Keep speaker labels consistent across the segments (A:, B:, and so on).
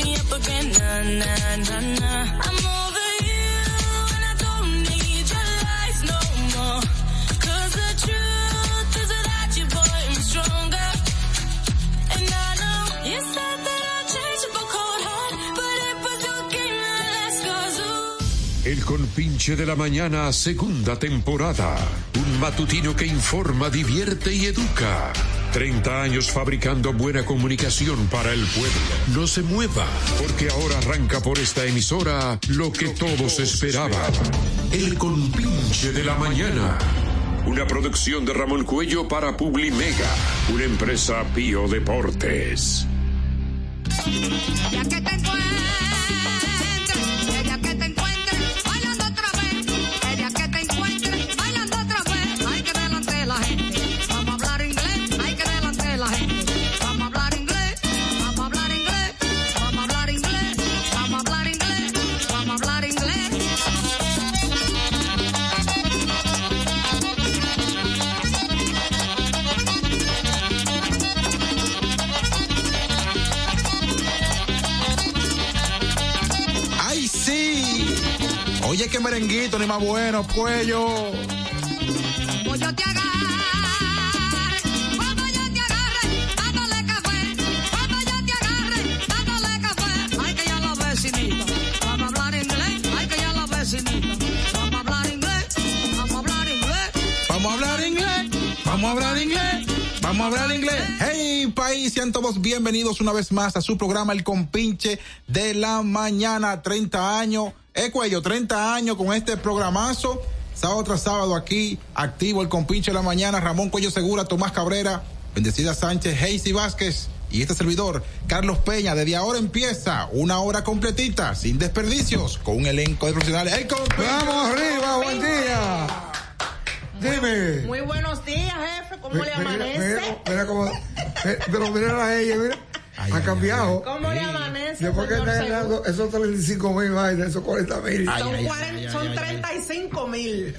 A: again. Nah, nah, nah, nah. I'm over you and I don't need your lies no more. Cause the truth is that you, boy, I'm stronger. And I know you said that I'll change up a cold heart, but it was your game that last cause ooh.
B: El Colpinche de la Mañana, segunda temporada. Un matutino que informa, divierte y educa. 30 años fabricando buena comunicación para el pueblo. No se mueva, porque ahora arranca por esta emisora lo que todos esperaban. El Colpinche de la Mañana. Una producción de Ramón Cuello para Publimega, una empresa Pío Deportes.
C: Ya que te encuentres, ella que te encuentres, bailando otra vez, ella que te encuentres, bailando otra vez, hay que delante de la gente, vamos a hablar inglés, hay que delante de la gente, vamos a hablar inglés, vamos a hablar inglés, vamos a hablar inglés, vamos a hablar inglés, vamos a hablar inglés.
D: ¡Ay, sí! Oye, qué merenguito, ni más bueno, pues, cuello.
C: Cuando yo te agarre, cuando yo te agarre, dándole café, cuando yo te agarre, dándole café, hay que ya la vecinita, vamos a hablar inglés, hay que ya la vecinita, vamos a hablar inglés, vamos a hablar inglés,
D: Vamos a hablar inglés, vamos a hablar inglés, vamos a hablar inglés. Hey, país, sean todos bienvenidos una vez más a su programa El Compinche de la Mañana, 30 años. Eh, cuello, 30 años con este programazo. Sábado tras sábado aquí, activo El Compinche de la Mañana, Ramón Cuello Segura, Tomás Cabrera, Bendecida Sánchez, Heisy Vázquez. Y este servidor, Carlos Peña, desde ahora empieza una hora completita, sin desperdicios, con un elenco de profesionales. ¡El Compinche!
E: Vamos arriba, buen día. Dime.
F: Muy buenos días, jefe. ¿Cómo le
E: Mira, mira,
F: amanece?
E: mira cómo. eh, Pero mira a ella, mira.
D: Ay, ay,
E: ha cambiado.
F: ¿Cómo le amanece?
E: Después que
F: señor
E: está
F: Segura?
E: ganando esos 35 mil vainas, esos 40 mil.
D: Ay,
F: Son,
D: ay,
F: cuaren-
D: ay, ay,
F: son
D: ay, ay.
F: 35 mil.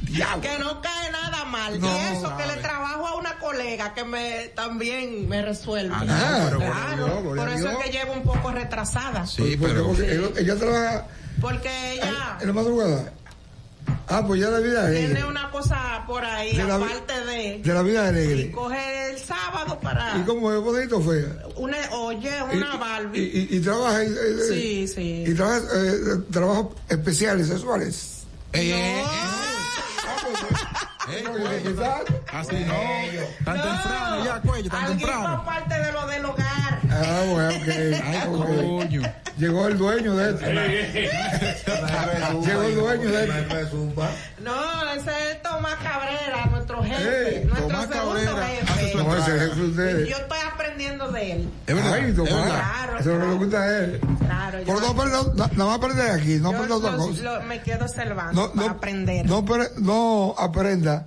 E: Diablo.
F: que no cae nada mal.
E: No,
F: y eso que
E: sabe.
F: le trabajo a una colega que me también me resuelve.
D: Ah,
E: no, pero gloria a
F: claro.
E: Dios, gloria
F: por
E: a
F: eso es
E: Dios.
F: que llevo un poco retrasada.
D: Sí,
E: Porque-
D: pero.
E: porque ella, ella trabaja
F: Porque ella
E: en la madrugada. Ah, pues ya la vida
F: tiene
E: alegre.
F: una cosa por ahí,
E: De la vi-
F: aparte de,
E: De la vida
F: y
E: alegre.
F: coge el sábado para
E: ¿Y cómo es bonito fue?
F: una, oye,
E: Y-
F: una
E: Y,
F: Barbie.
E: y, y trabaja. eh, eh,
F: sí, sí.
E: Y trabaja eh, trabajos especiales, sexuales.
D: Ey, ey, ey, Ah,
E: Eh,
D: pues,
E: quizás.
D: Así no. Tan
F: No.
D: temprano ya, cuello, tan
F: Alguien
D: temprano.
F: por parte de lo del hogar.
E: Ah, bueno, ok. ok.
D: Coño.
E: Llegó el dueño de este. esto. Llegó el dueño de esto.
F: No, ese es Tomás Cabrera, nuestro jefe,
E: Eh,
F: nuestro
D: Tomás
F: segundo
D: Cabrera, hace su
F: jefe.
E: No, ese es el jefe de ustedes.
F: Yo estoy aprendiendo de él.
D: Es verdad.
E: Ay,
D: es
E: Tomás.
D: verdad.
E: Eso
F: Claro,
E: es lo que
F: claro.
E: le gusta a él.
F: Claro, yo-
E: Por no perder, na- nada más perder aquí, no
F: yo
E: perder otra
F: los-
E: cosa.
F: lo- me quedo observando
E: No,
F: para
E: no,
F: aprender.
E: no, per- no aprenda.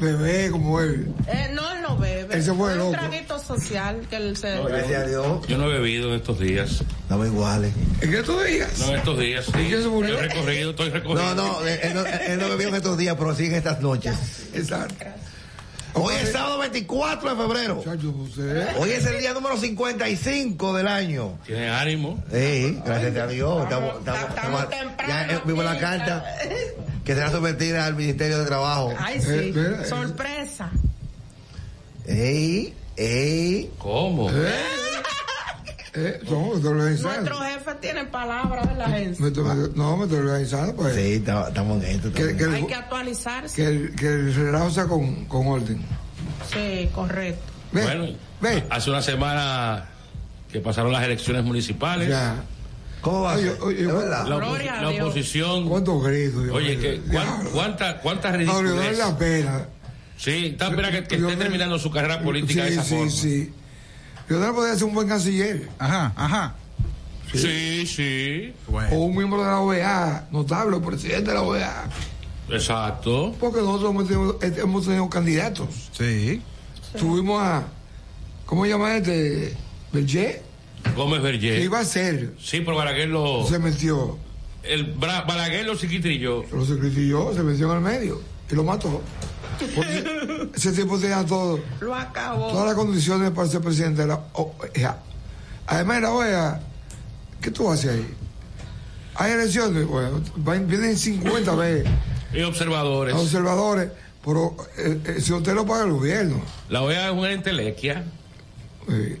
E: Bebé como bebe.
F: Eh, no, él no bebe.
E: Él se fue
F: Es un
E: loco.
F: traguito social que él se...
G: Gracias a Dios.
H: Yo no he bebido en estos días.
G: No me iguales.
E: ¿En qué tú digas?
H: No, en estos días. Sí.
E: ¿Y qué se murió?
H: Estoy recorrido, estoy recorrido.
G: No, no, él, él no, él no bebió en estos días, pero sí en estas noches.
E: Exacto.
G: Hoy es sábado 24 de febrero.
E: Chacho, usted.
G: Hoy es el día número 55 del año.
H: Tiene ánimo.
G: Sí, gracias a Dios. Estamos,
F: Estamos temprano
G: Ya eh, vimos la
F: aquí.
G: carta que será sometida al Ministerio de Trabajo.
F: Ay, sí.
E: Eh, mira, eh.
F: Sorpresa.
G: Ey, ey.
H: ¿Cómo?
E: Eh, no, me estoy organizando.
F: Nuestro jefe tiene palabras de la
E: Me
F: agencia.
E: estoy- me- no, me estoy organizando. Pues.
G: Sí, está- estamos en esto.
E: Que,
G: estamos
E: que,
G: en
E: el,
F: Hay que actualizarse.
E: que, el, que el relajo sea con, con orden.
F: Sí, correcto.
E: Ve,
H: bueno,
E: ve.
H: hace una semana que pasaron las elecciones municipales.
E: Ya.
G: esto. ¿Cómo va? a
E: Oye,
G: ser?
E: oye,
G: ¿Es verdad?
H: La, opos-
F: Gloria a
H: la
F: Dios.
H: oposición.
E: ¿Cuántos gritos? Dios
H: Oye,
E: mío?
H: que, cuán-
E: Diablo.
H: ¿cuánta, ¿cuántas
E: No, le vale
H: ridiculez?
E: la pena.
H: Sí, está espera que, que
E: Yo
H: esté
E: me-
H: terminando su carrera política
E: sí,
H: de esa
E: sí,
H: forma. Sí,
E: Sí, Leonel podría ser un buen canciller
D: Ajá, ajá.
H: sí.
E: o un miembro de la OEA, notable, presidente de la OEA,
H: Exacto.
E: porque nosotros hemos tenido, eh, hemos tenido candidatos.
D: Sí.
E: Tuvimos a, ¿cómo se llama este? Belché,
H: Gómez
E: que
H: Vergés.
E: iba a ser,
H: Sí, pero Balaguer lo.
E: se metió,
H: El Bra- Balaguer lo chiquitrilló.
E: lo sacrificó, se metió en el medio y lo mató. Porque ese tipo tenía todo,
F: Lo acabó.
E: todas las condiciones para ser presidente de la OEA. E Además, la OEA, ¿qué tú haces ahí? Hay elecciones, bueno, van- vienen 50 veces
H: Y observadores.
E: los observadores, pero eh, eh, si usted lo paga el gobierno.
H: La OEA es una entelequia.
E: eh,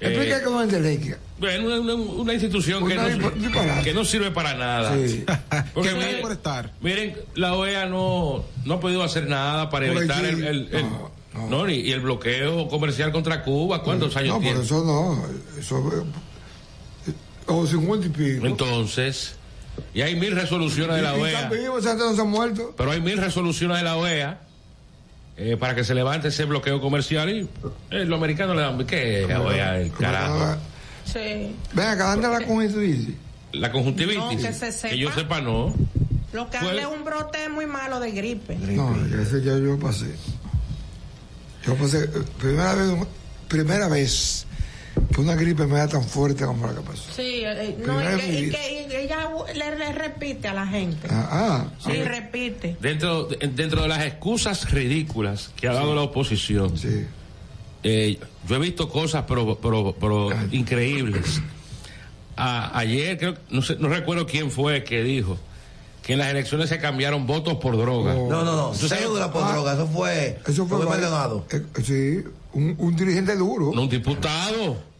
E: Explica que no es entelequia.
H: Bueno, una, una- una institución
E: Una
H: que, no,
E: dipa- disparate.
H: que no sirve para nada.
E: Sí.
H: Porque
D: Que
H: miren,
D: por estar.
H: miren, la OEA no, no ha podido hacer nada para
E: Por
H: evitar
E: Haití.
H: el, el- el-
E: No, no.
H: no, ni- y el bloqueo comercial contra Cuba. ¿Cuántos años
E: No, por
H: tiene?
E: eso no. Eso, eh, o 50 y pico.
H: Entonces, y hay mil resoluciones de la E
E: Y
H: OEA.
E: están vivos, esa gente no se ha muerto.
H: Pero hay mil resoluciones de la OEA eh, para que se levante ese bloqueo comercial y eh, los americanos le dan. ¿Qué la OEA? el Carajo.
F: Sí.
E: Ven acá, anda la
H: eh,
E: constitución.
H: La conjuntivitis.
F: No, que se sepa.
H: yo sepa, no.
F: Lo que
H: Pues-
F: anda es un brote muy malo de gripe.
E: No, eso ya yo pasé. Yo pasé, eh, primera vez, primera vez que una gripe me da tan fuerte como la que pasó.
F: Sí, eh, no,
E: Primera
F: y
E: vez en
F: que,
E: mi
F: y
E: vida.
F: que- y que ella le, le repite a la gente.
E: Ah, ah,
F: sí, repite.
H: Dentro, de- dentro de las excusas ridículas que ha dado la oposición,
E: sí.
H: eh, yo he visto cosas pero, pero- pero
E: Ay.
H: increíbles. A- ayer, creo, no, sé- no recuerdo quién fue que dijo que en las elecciones se cambiaron votos por droga.
E: Oh.
G: No, no, no.
H: Tú sabes-
G: Cédula por
E: Ah,
G: droga. Eso fue.
E: Eso fue
G: Rubén
E: varios-
G: Maldonado.
E: eh, sí, un, un dirigente duro.
H: No, un diputado.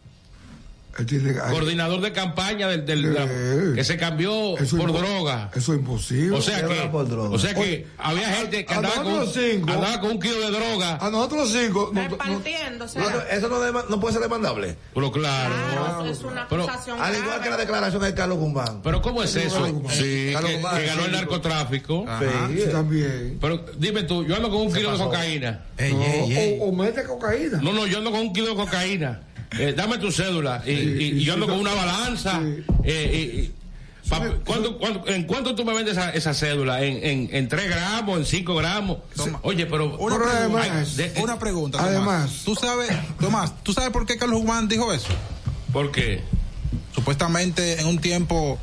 E: Él tiene- ay,
H: coordinador de campaña del, del- de la-
E: Eh.
H: que se cambió
E: eso
H: por
E: impo-
H: droga.
E: Eso es imposible.
H: O sea que,
G: Cédula por droga.
H: o sea que
E: Oye,
H: había
E: a-
H: gente que
E: a
H: andaba con,
E: nosotros cinco.
H: andaba con un kilo de droga.
E: a nosotros cinco. no- no-
F: Repartiéndose.
G: No, eh, no, eso no, dema- no puede ser demandable.
H: Pero claro.
F: Claro, es una
H: Pero-
F: acusación.
G: Al igual que la
F: grave.
G: declaración de Carlos Gumbán.
H: Pero ¿cómo es eso? Sí,
G: Carlos
H: que,
G: Guzmán,
H: que ganó el
G: sí.
H: narcotráfico.
E: Ajá,
G: eh.
E: sí, también.
H: Pero dime tú, yo ando con un kilo
G: pasó.
H: de cocaína.
G: Ey,
E: No,
G: ey, ey.
E: O, o mete cocaína.
H: No, no, yo ando con un kilo de cocaína. Eh, dame tu cédula. Y, y- y yo ando con una balanza.
E: Sí.
H: Eh, y- y- pa- ¿cuánto- cuánto- en cuánto tú me vendes esa, esa cédula? ¿En, en, ¿En 3 gramos? ¿En 5 gramos? Oye, pero...
D: Una
E: Pero
D: pregunta,
E: además-
H: de- de-
D: eh, una pregunta, Tomás.
E: Además.
D: ¿Tú sabes, Tomás, ¿tú sabes por qué Carlos Guzmán dijo eso?
H: ¿Por qué?
D: Supuestamente en un tiempo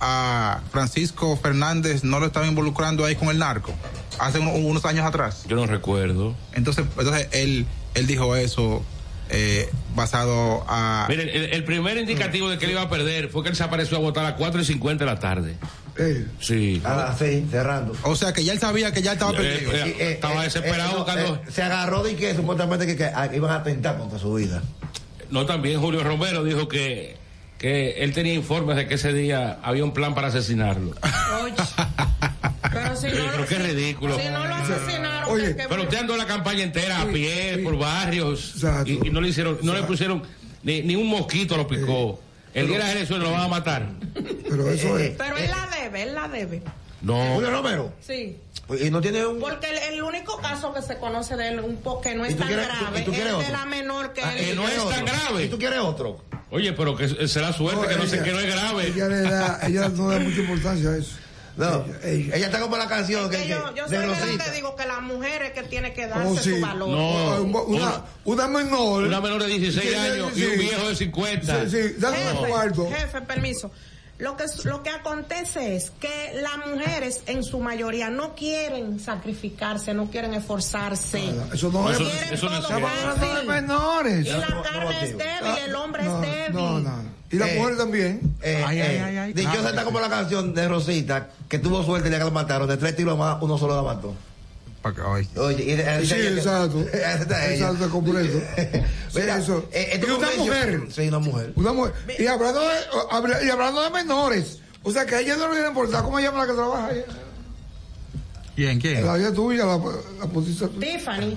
D: a Francisco Fernández no lo estaba involucrando ahí con el narco, hace uno- unos años atrás.
H: Yo no recuerdo.
D: Entonces, entonces él, él dijo eso eh, basado a...
H: Miren, el, el primer indicativo de que él iba a perder fue que él se apareció a votar a 4 y 50 de la tarde.
E: Eh,
H: Sí.
G: Ah, sí, cerrando.
D: O sea, que ya él sabía que ya estaba
H: Eh,
D: perdido.
H: eh, Estaba desesperado
G: no, eh,
H: buscando-
G: se agarró de que supuestamente que, que, ah, iban a atentar contra su vida.
H: No, también Julio Romero dijo que, que él tenía informes de que ese día había un plan para asesinarlo.
G: Ah,
F: Oye, Pero si
H: Eh,
F: no,
H: pero qué ridículo. Ah.
F: Si no lo asesinaron,
E: Oye,
F: que- que-
H: Pero usted andó la campaña entera a pie,
E: sí.
H: por barrios,
E: Exacto.
H: y, y no le hicieron, no le pusieron, ni, ni un mosquito lo picó. El día de las elecciones lo van a matar.
E: pero eso
G: Eh,
E: es.
F: pero él la debe, él la debe.
H: No.
G: Julio Romero.
F: Sí.
G: Y no tiene un.
F: Porque el, el único caso que se conoce de él, un po, que no
G: ¿Y
F: es
G: tú
F: tan
G: quieres- tú-
F: grave,
G: y tú
F: es
G: quieres
F: de
G: otro?
F: la menor que
G: Ah,
F: él.
H: que Eh, no es tan grave.
G: ¿Y tú quieres otro?
H: Oye, pero que eh, será suerte, que no sé que no es grave.
E: Ella, le da, ella no da mucha importancia a eso.
G: No. Ella, está como la canción que,
F: Que yo,
G: que-
F: yo
G: de
F: soy de la que
G: Rosita.
F: te digo que las mujeres que tienen que darse
E: Oh, sí.
F: su valor.
H: No.
E: Una, una, una menor.
H: Una menor de
G: eh,
H: 16
E: Sí,
H: años
E: sí,
H: y un
E: sí.
H: viejo de 50.
E: Sí, sí, dale un cuarto.
F: Jefe, jefe, permiso. Lo que, lo que acontece es que las mujeres en su mayoría no quieren sacrificarse, no quieren esforzarse.
E: Eso no es.
H: Eso-
F: quieren
H: eso no es
F: todo
H: cierto.
E: Eso de
F: fácil.
E: menores.
F: Y la
G: No, no,
F: carne es
G: no,
F: débil, el hombre
E: no,
F: es débil.
E: No, no. Y la
G: Eh.
E: mujer también.
G: Eh,
D: Ay,
G: eh,
D: ay, ay, ay,
G: dichosa
D: claro.
G: está como la canción de Rosita, que tuvo suerte ya que la mataron. De tres tiros más, uno solo la mató.
D: Pa' que- ay.
G: Oye, y, eh,
E: Sí,
G: ella- ella-
E: exacto.
G: Esa está ella.
E: Exacto, completo. Sí,
G: Mira,
E: eso.
G: eh,
E: Y
G: esto
E: una
G: fue un
E: mujer.
G: hecho- Sí, una mujer.
E: Una mujer. Y hablando de, habla- y hablando de menores. O sea que a ella no le viene a importar cómo llama la que trabaja allá.
D: ¿Quién? ¿Quién?
E: La vida tuya, la, la posición tuya.
F: Tiffany,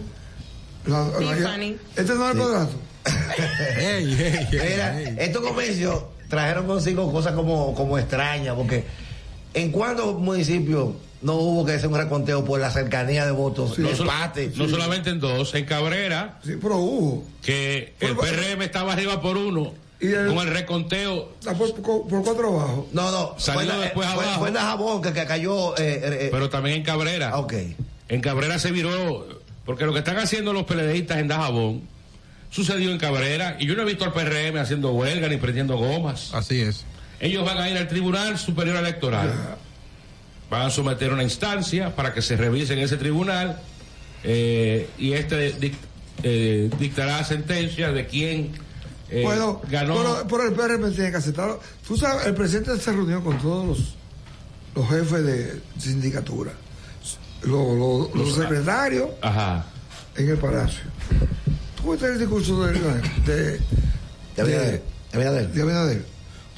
E: La, la-
F: Tiffany.
E: este no es el padrazo.
D: Ey, ey, ey,
G: Mira,
D: ey.
G: estos comercios trajeron consigo cosas como, como extrañas, porque ¿en cuántos municipios no hubo que hacer un reconteo por la cercanía de votos?
H: No,
G: Los
H: sol-
G: empates.
H: no solamente en dos, en Cabrera,
E: Sí, pero hubo.
H: que el
E: Pero-
H: PRM estaba arriba por uno,
E: Y el-
H: con el reconteo.
E: La fue por, por cuatro abajo.
G: No, no.
H: Salió
G: fue, en la- eh,
H: después
G: fue-
H: abajo.
G: fue en la jabón que, que cayó. Eh, eh, eh,
H: Pero también en Cabrera.
G: ah, ok.
H: En Cabrera se viró, porque lo que están haciendo los peledeístas en Dajabón sucedió en Cabrera, y yo no he visto al PRM haciendo huelga ni prendiendo gomas.
D: Así es.
H: Ellos van a ir al Tribunal Superior Electoral. Van a someter una instancia para que se revise en ese tribunal eh, y este dic- eh, dictará sentencia de quién eh,
E: bueno,
H: ganó.
E: pero, pero el PRM tiene que aceptarlo. Tú sabes, el presidente se reunió con todos los, los jefes de sindicatura, los, los- los secretarios
H: Ajá.
E: en el palacio. ¿Tú viste el discurso de, de,
G: De Abinader. De Abinader.
E: de Abinader?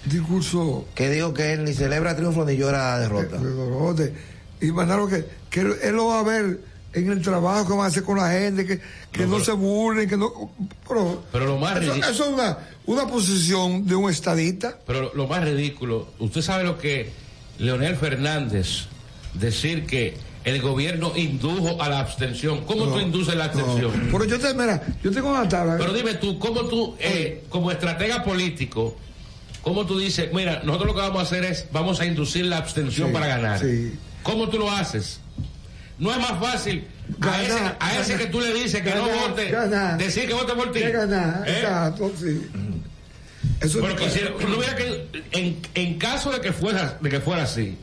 E: Un discurso
G: Que dijo que él ni celebra triunfo ni llora derrota.
E: de dolor, de- y mandaron que, que él, él lo va a ver en el trabajo que va a hacer con la gente, que, que no, se burlen, que no. Pero,
H: Pero lo más
E: eso,
H: ridic-
E: eso es una, una posición de un estadista.
H: Pero lo- lo más ridículo, usted sabe lo que Leonel Fernández decir que el gobierno indujo a la abstención. ¿Cómo tú induces la abstención?
E: Pero yo te, mira, yo tengo una tabla.
H: Pero dime tú, ¿cómo tú, eh, como estratega político, cómo tú dices, mira, nosotros lo que vamos a hacer es, vamos a inducir la abstención
E: Sí,
H: para ganar?
E: sí.
H: ¿Cómo tú lo haces? No es más fácil a
E: Ganar,
H: ese, a ese
E: ganar.
H: que tú le dices que no
E: Ganar,
H: vote,
E: ganar.
H: decir que vote por ti.
E: que ganar,
H: ¿Eh? Mm.
E: exacto, sí. Eso
H: Pero que
E: es
H: si no hubiera que, en, en caso de que fuera de que fuera así,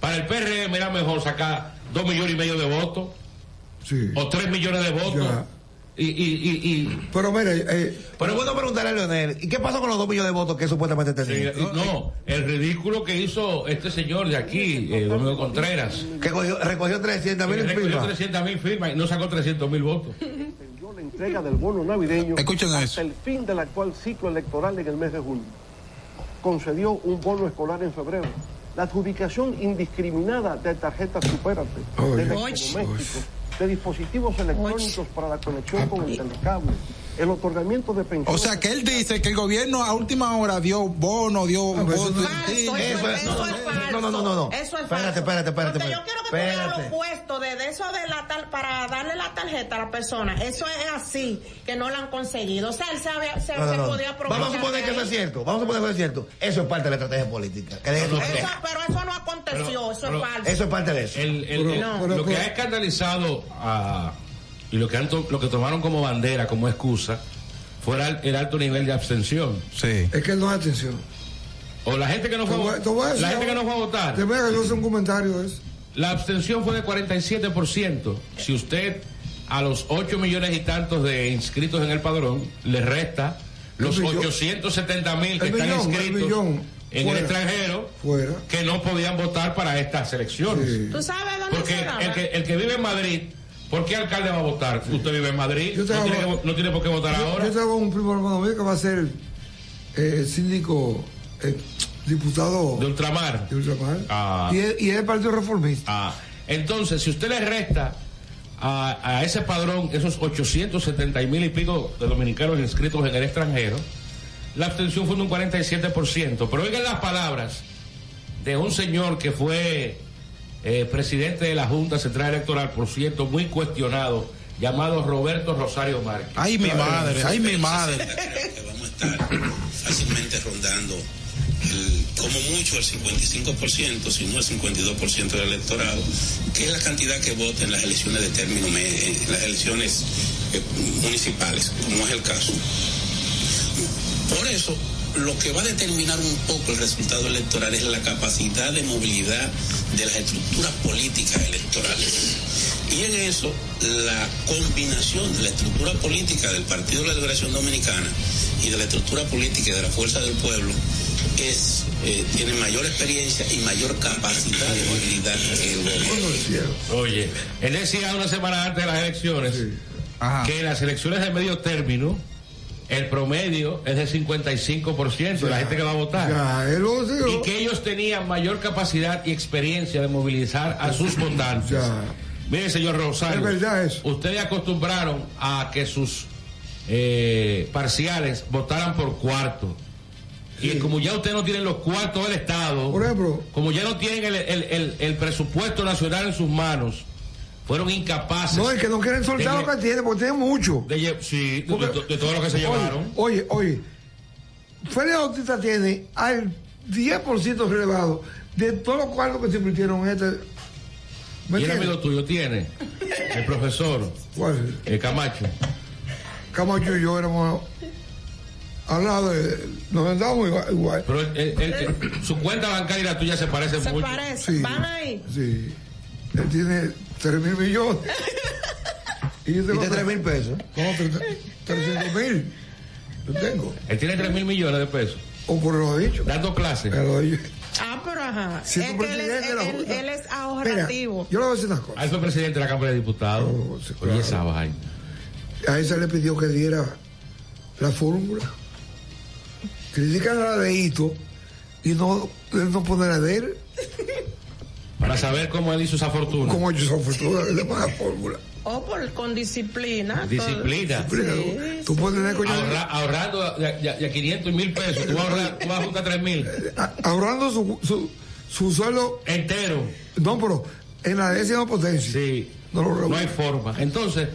H: para el PRM era mejor sacar dos millones y medio de votos
E: sí.
H: o tres millones de votos.
E: Ya.
H: Y, y, y, y-
E: Pero mira, eh,
G: Pero es bueno preguntarle a Leonel, ¿y qué pasó con los dos millones de votos que él supuestamente tenía?
H: y- Eh, no,
G: eh.
H: el ridículo que hizo este señor de aquí, eh, Domingo Contreras,
G: Que cogió- recogió 300
H: que
G: mil
H: recogió
G: firmas.
H: 300 mil firmas y no sacó 300 mil votos.
I: la entrega del bono navideño
D: Escuchen eso.
I: hasta el fin del actual ciclo electoral en el mes de junio. Concedió un bono escolar en febrero. La adjudicación indiscriminada de tarjetas Supérate,
E: Oye.
I: de
E: Oye.
I: electrodomésticos, de dispositivos electrónicos para la conexión con el telecable, el otorgamiento de
D: O
I: pensiones...
D: sea que él dice que el gobierno a última hora dio bono, dio
E: Ah, pues,
D: voto.
F: Falso,
G: Sí,
F: eso,
G: eso
F: es-
G: es-
F: eso
G: no,
F: es
G: no,
F: falso.
G: no, no, no, no, no.
F: Eso es
G: Espérate,
F: falso.
G: espérate, espérate,
F: Porque yo
G: espérate.
F: quiero que tú veas lo
G: Espérate.
F: opuesto de, de eso de la tal, para darle la tarjeta a la persona. Eso es así, que no la han conseguido. O sea, él sabe, se,
G: No, no,
F: se
G: no.
F: podía aprovechar.
G: Vamos a suponer que
F: de
G: eso es
F: ahí.
G: cierto. Vamos a suponer que eso es cierto. Eso es parte de la estrategia política. Que deje-
F: Eso- pero eso no aconteció,
H: Pero-
F: eso
H: pero-
F: es falso.
G: Eso es parte de eso.
H: El- el- el-
E: No.
H: lo que
E: pero-
H: ha escandalizado a- y lo que, han to- lo que tomaron como bandera, como excusa, fue el, al- el alto nivel de abstención.
D: Sí.
E: es que no es atención.
H: O la gente que no fue, a
E: Te
H: vo-
E: voy- te voy a decir
H: la gente que
E: ahora-
H: no fue a votar.
E: Te voy a hacer un comentario de eso.
H: La abstención fue de 47%. Si usted a los 8 millones y tantos de inscritos en el padrón le resta los
E: millón.
H: 870 mil que
E: El
H: están
E: millón, el
H: inscritos
E: millón.
H: en el
E: Fuera.
H: extranjero
E: Fuera.
H: que no podían votar para estas elecciones.
E: Sí.
F: ¿Tú sabes dónde
H: Porque
F: se daba?
H: el que, el que vive en Madrid, ¿por qué alcalde va a votar? Usted vive en Madrid,
E: Yo
H: no
E: te
H: tiene,
E: hago-
H: que- no tiene por qué votar ahora.
E: Yo tengo un primo hermano mío que va a ser eh, síndico, eh, diputado
H: de ultramar.
E: de Ultramar.
H: Ah.
E: Y, es, y es del Partido Reformista.
H: Ah, entonces, si usted le resta a, a ese padrón esos 870 y mil y pico de dominicanos inscritos en el extranjero, la abstención fue de un 47%. Pero oigan las palabras de un señor que fue eh, presidente de la Junta Central Electoral, por cierto, muy cuestionado, llamado Roberto Rosario Márquez.
D: Ay, mi madre, ay, mi madre.
J: que vamos a estar fácilmente rondando el- como mucho el 55%, si no el 52% del electorado, que es la cantidad que vota en las elecciones de término medio, en las elecciones eh, municipales, como es el caso. Por eso, lo que va a determinar un poco el resultado electoral es la capacidad de movilidad de las estructuras políticas electorales. Y en eso, la combinación de la estructura política del Partido de la Liberación Dominicana y de la estructura política de la Fuerza del Pueblo es, eh, tiene mayor experiencia y mayor capacidad de movilidad que el gobierno.
E: Bueno, cielo.
H: Oye, él decía una semana antes de las elecciones
D: Ajá.
H: que en las elecciones de medio término el promedio es de 55% de la gente que va a votar.
E: Ya, él lo dijo.
H: y que ellos tenían mayor capacidad y experiencia de movilizar a sus votantes.
E: Ya.
H: Mire, señor Rosario,
E: Es verdad eso.
H: ustedes acostumbraron a que sus eh, parciales votaran por cuarto. Y como ya ustedes no tienen los cuartos del Estado,
E: Por ejemplo.
H: como ya no tienen el, el- el- el presupuesto nacional en sus manos, fueron incapaces
E: No, es que no quieren soltar
H: de-
E: lo que tiene, porque tiene mucho.
H: de, lle- sí, de-
E: Porque-
H: de, de todo lo que se llevaron.
E: Oye, oye, oye. Félix Bautista tiene al 10% relevado de todos los cuartos que se invirtieron en este. ¿Me
H: y el
E: entiendes?
H: amigo tuyo tiene, el profesor
E: ¿Cuál?
H: eh, Camacho.
E: Camacho y yo éramos al lado de. Nos andábamos igual. igual.
H: Pero él- él- él- su cuenta bancaria y la tuya se parecen
F: se
H: mucho.
F: parece.
E: Sí.
F: Van ahí.
E: Sí. Él tiene 3 mil millones. Y yo
G: Y
E: tengo
G: de 3 mil pesos.
E: No, 300 mil. Yo tengo.
H: Él tiene 3 mil millones de pesos.
E: O por Oh, lo dicho.
H: Dando clases.
E: Pero yo-
F: Ah, pero ajá.
E: Si
F: es
E: tu
F: que él es,
E: presidente
F: él,
E: la
F: él-
E: junta-
F: él es
E: Mira,
F: ahorrativo.
E: yo le voy a decir una cosa.
H: Ah, él fue presidente de la Cámara de Diputados.
E: Oh, sí,
H: Oye,
E: claro.
H: esa vaina.
E: A él se le pidió que diera la fórmula. Critican a la de Hito y no, él no pone la de él
H: Para saber cómo él hizo esa fortuna.
E: como yo soy fortuna, le pone la fórmula.
F: O por, con disciplina.
H: Disciplina.
F: todo-
E: Pero
F: Sí,
E: tú pones la coño-
H: Ahorra- ahorrando ya, ya- ya 500 y 1000 pesos. Tú vas a, ahorrar, tú vas a juntar 3 mil.
E: a- ahorrando su, su, su sueldo.
H: Entero.
E: No, pero en la décima potencia.
H: Sí.
E: No lo reúne.
H: No hay forma. Entonces,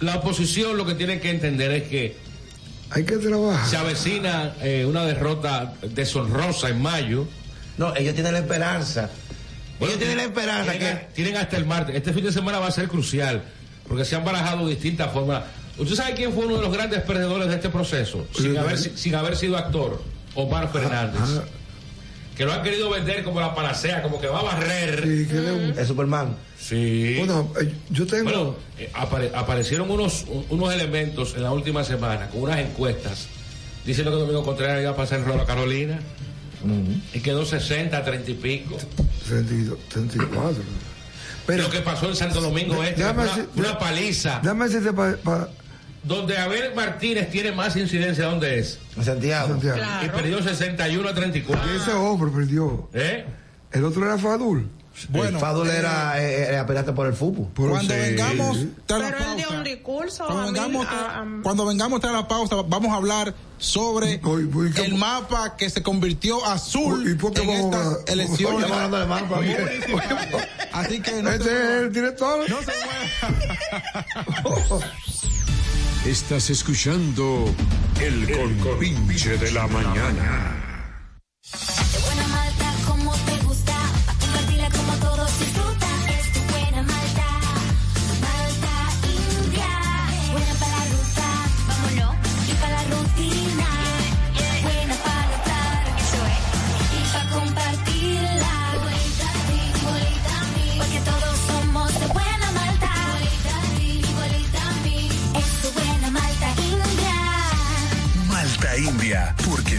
H: la oposición lo que tiene que entender es que
E: Hay que trabajar.
H: se avecina eh, una derrota deshonrosa en mayo.
G: No, ellos tienen la esperanza. ellos tienen la esperanza
H: tienen,
G: que.
H: tienen hasta el martes. Este fin de semana va a ser crucial porque se han barajado distintas formas. ¿Usted sabe quién fue uno de los grandes perdedores de este proceso? Sin haber, si- sin haber sido actor,
E: Ah,
H: Omar Fernández. Que lo han querido vender como la panacea, como que va a barrer.
E: Sí, que le-
G: Es Superman.
H: Sí.
E: Bueno, eh, yo tengo.
H: Bueno, eh, apare- aparecieron unos, un- unos elementos en la última semana con unas encuestas diciendo que Domingo Contreras iba a pasar el rol a Carolina y quedó 60, 30 y pico.
E: 32, 34. Pero,
H: Lo que pasó en Santo Domingo Este fue
E: Déjame
H: una,
E: decir-
H: una paliza.
E: dame ese para
H: Donde Abel Martínez tiene más incidencia, ¿dónde es?
G: En Santiago.
E: Santiago.
H: Y
F: Claro.
H: perdió 61 a 34.
E: Ese hombre perdió.
H: ¿Eh?
E: El otro era Fadul.
D: Bueno,
G: Fadul era, eh, era pirata por el fútbol.
E: Por
D: cuando
E: sí.
D: vengamos tras la
F: Pero él dio
D: pausa,
F: un discurso.
D: cuando
F: a mí,
D: vengamos,
F: a-
D: tras-
F: a-
D: cuando vengamos tras la pausa, vamos a hablar sobre
E: Oye, voy, ¿cómo?
D: el mapa que se convirtió azul
E: ¿Y por qué
D: en
E: vamos a-
D: estas
E: oye,
D: elecciones.
G: Estamos hablando de mapa.
D: Así que no,
E: Este
D: se-
E: es el director.
D: no se muevan.
B: Estás escuchando El Convinche de la Mañana.
A: De buena malta, como te gusta, pa' compartirla como todos disfrutan. Es tu buena malta, malta india. Buena para la ruta, vámonos, y para la rutina. Buena para notar, eso es. Y para compartirla. Igualita a ti, igualita a mí. Porque todos somos de buena malta. Igualita a ti, igualita a mí. Es tu buena malta india.
K: Malta India, porque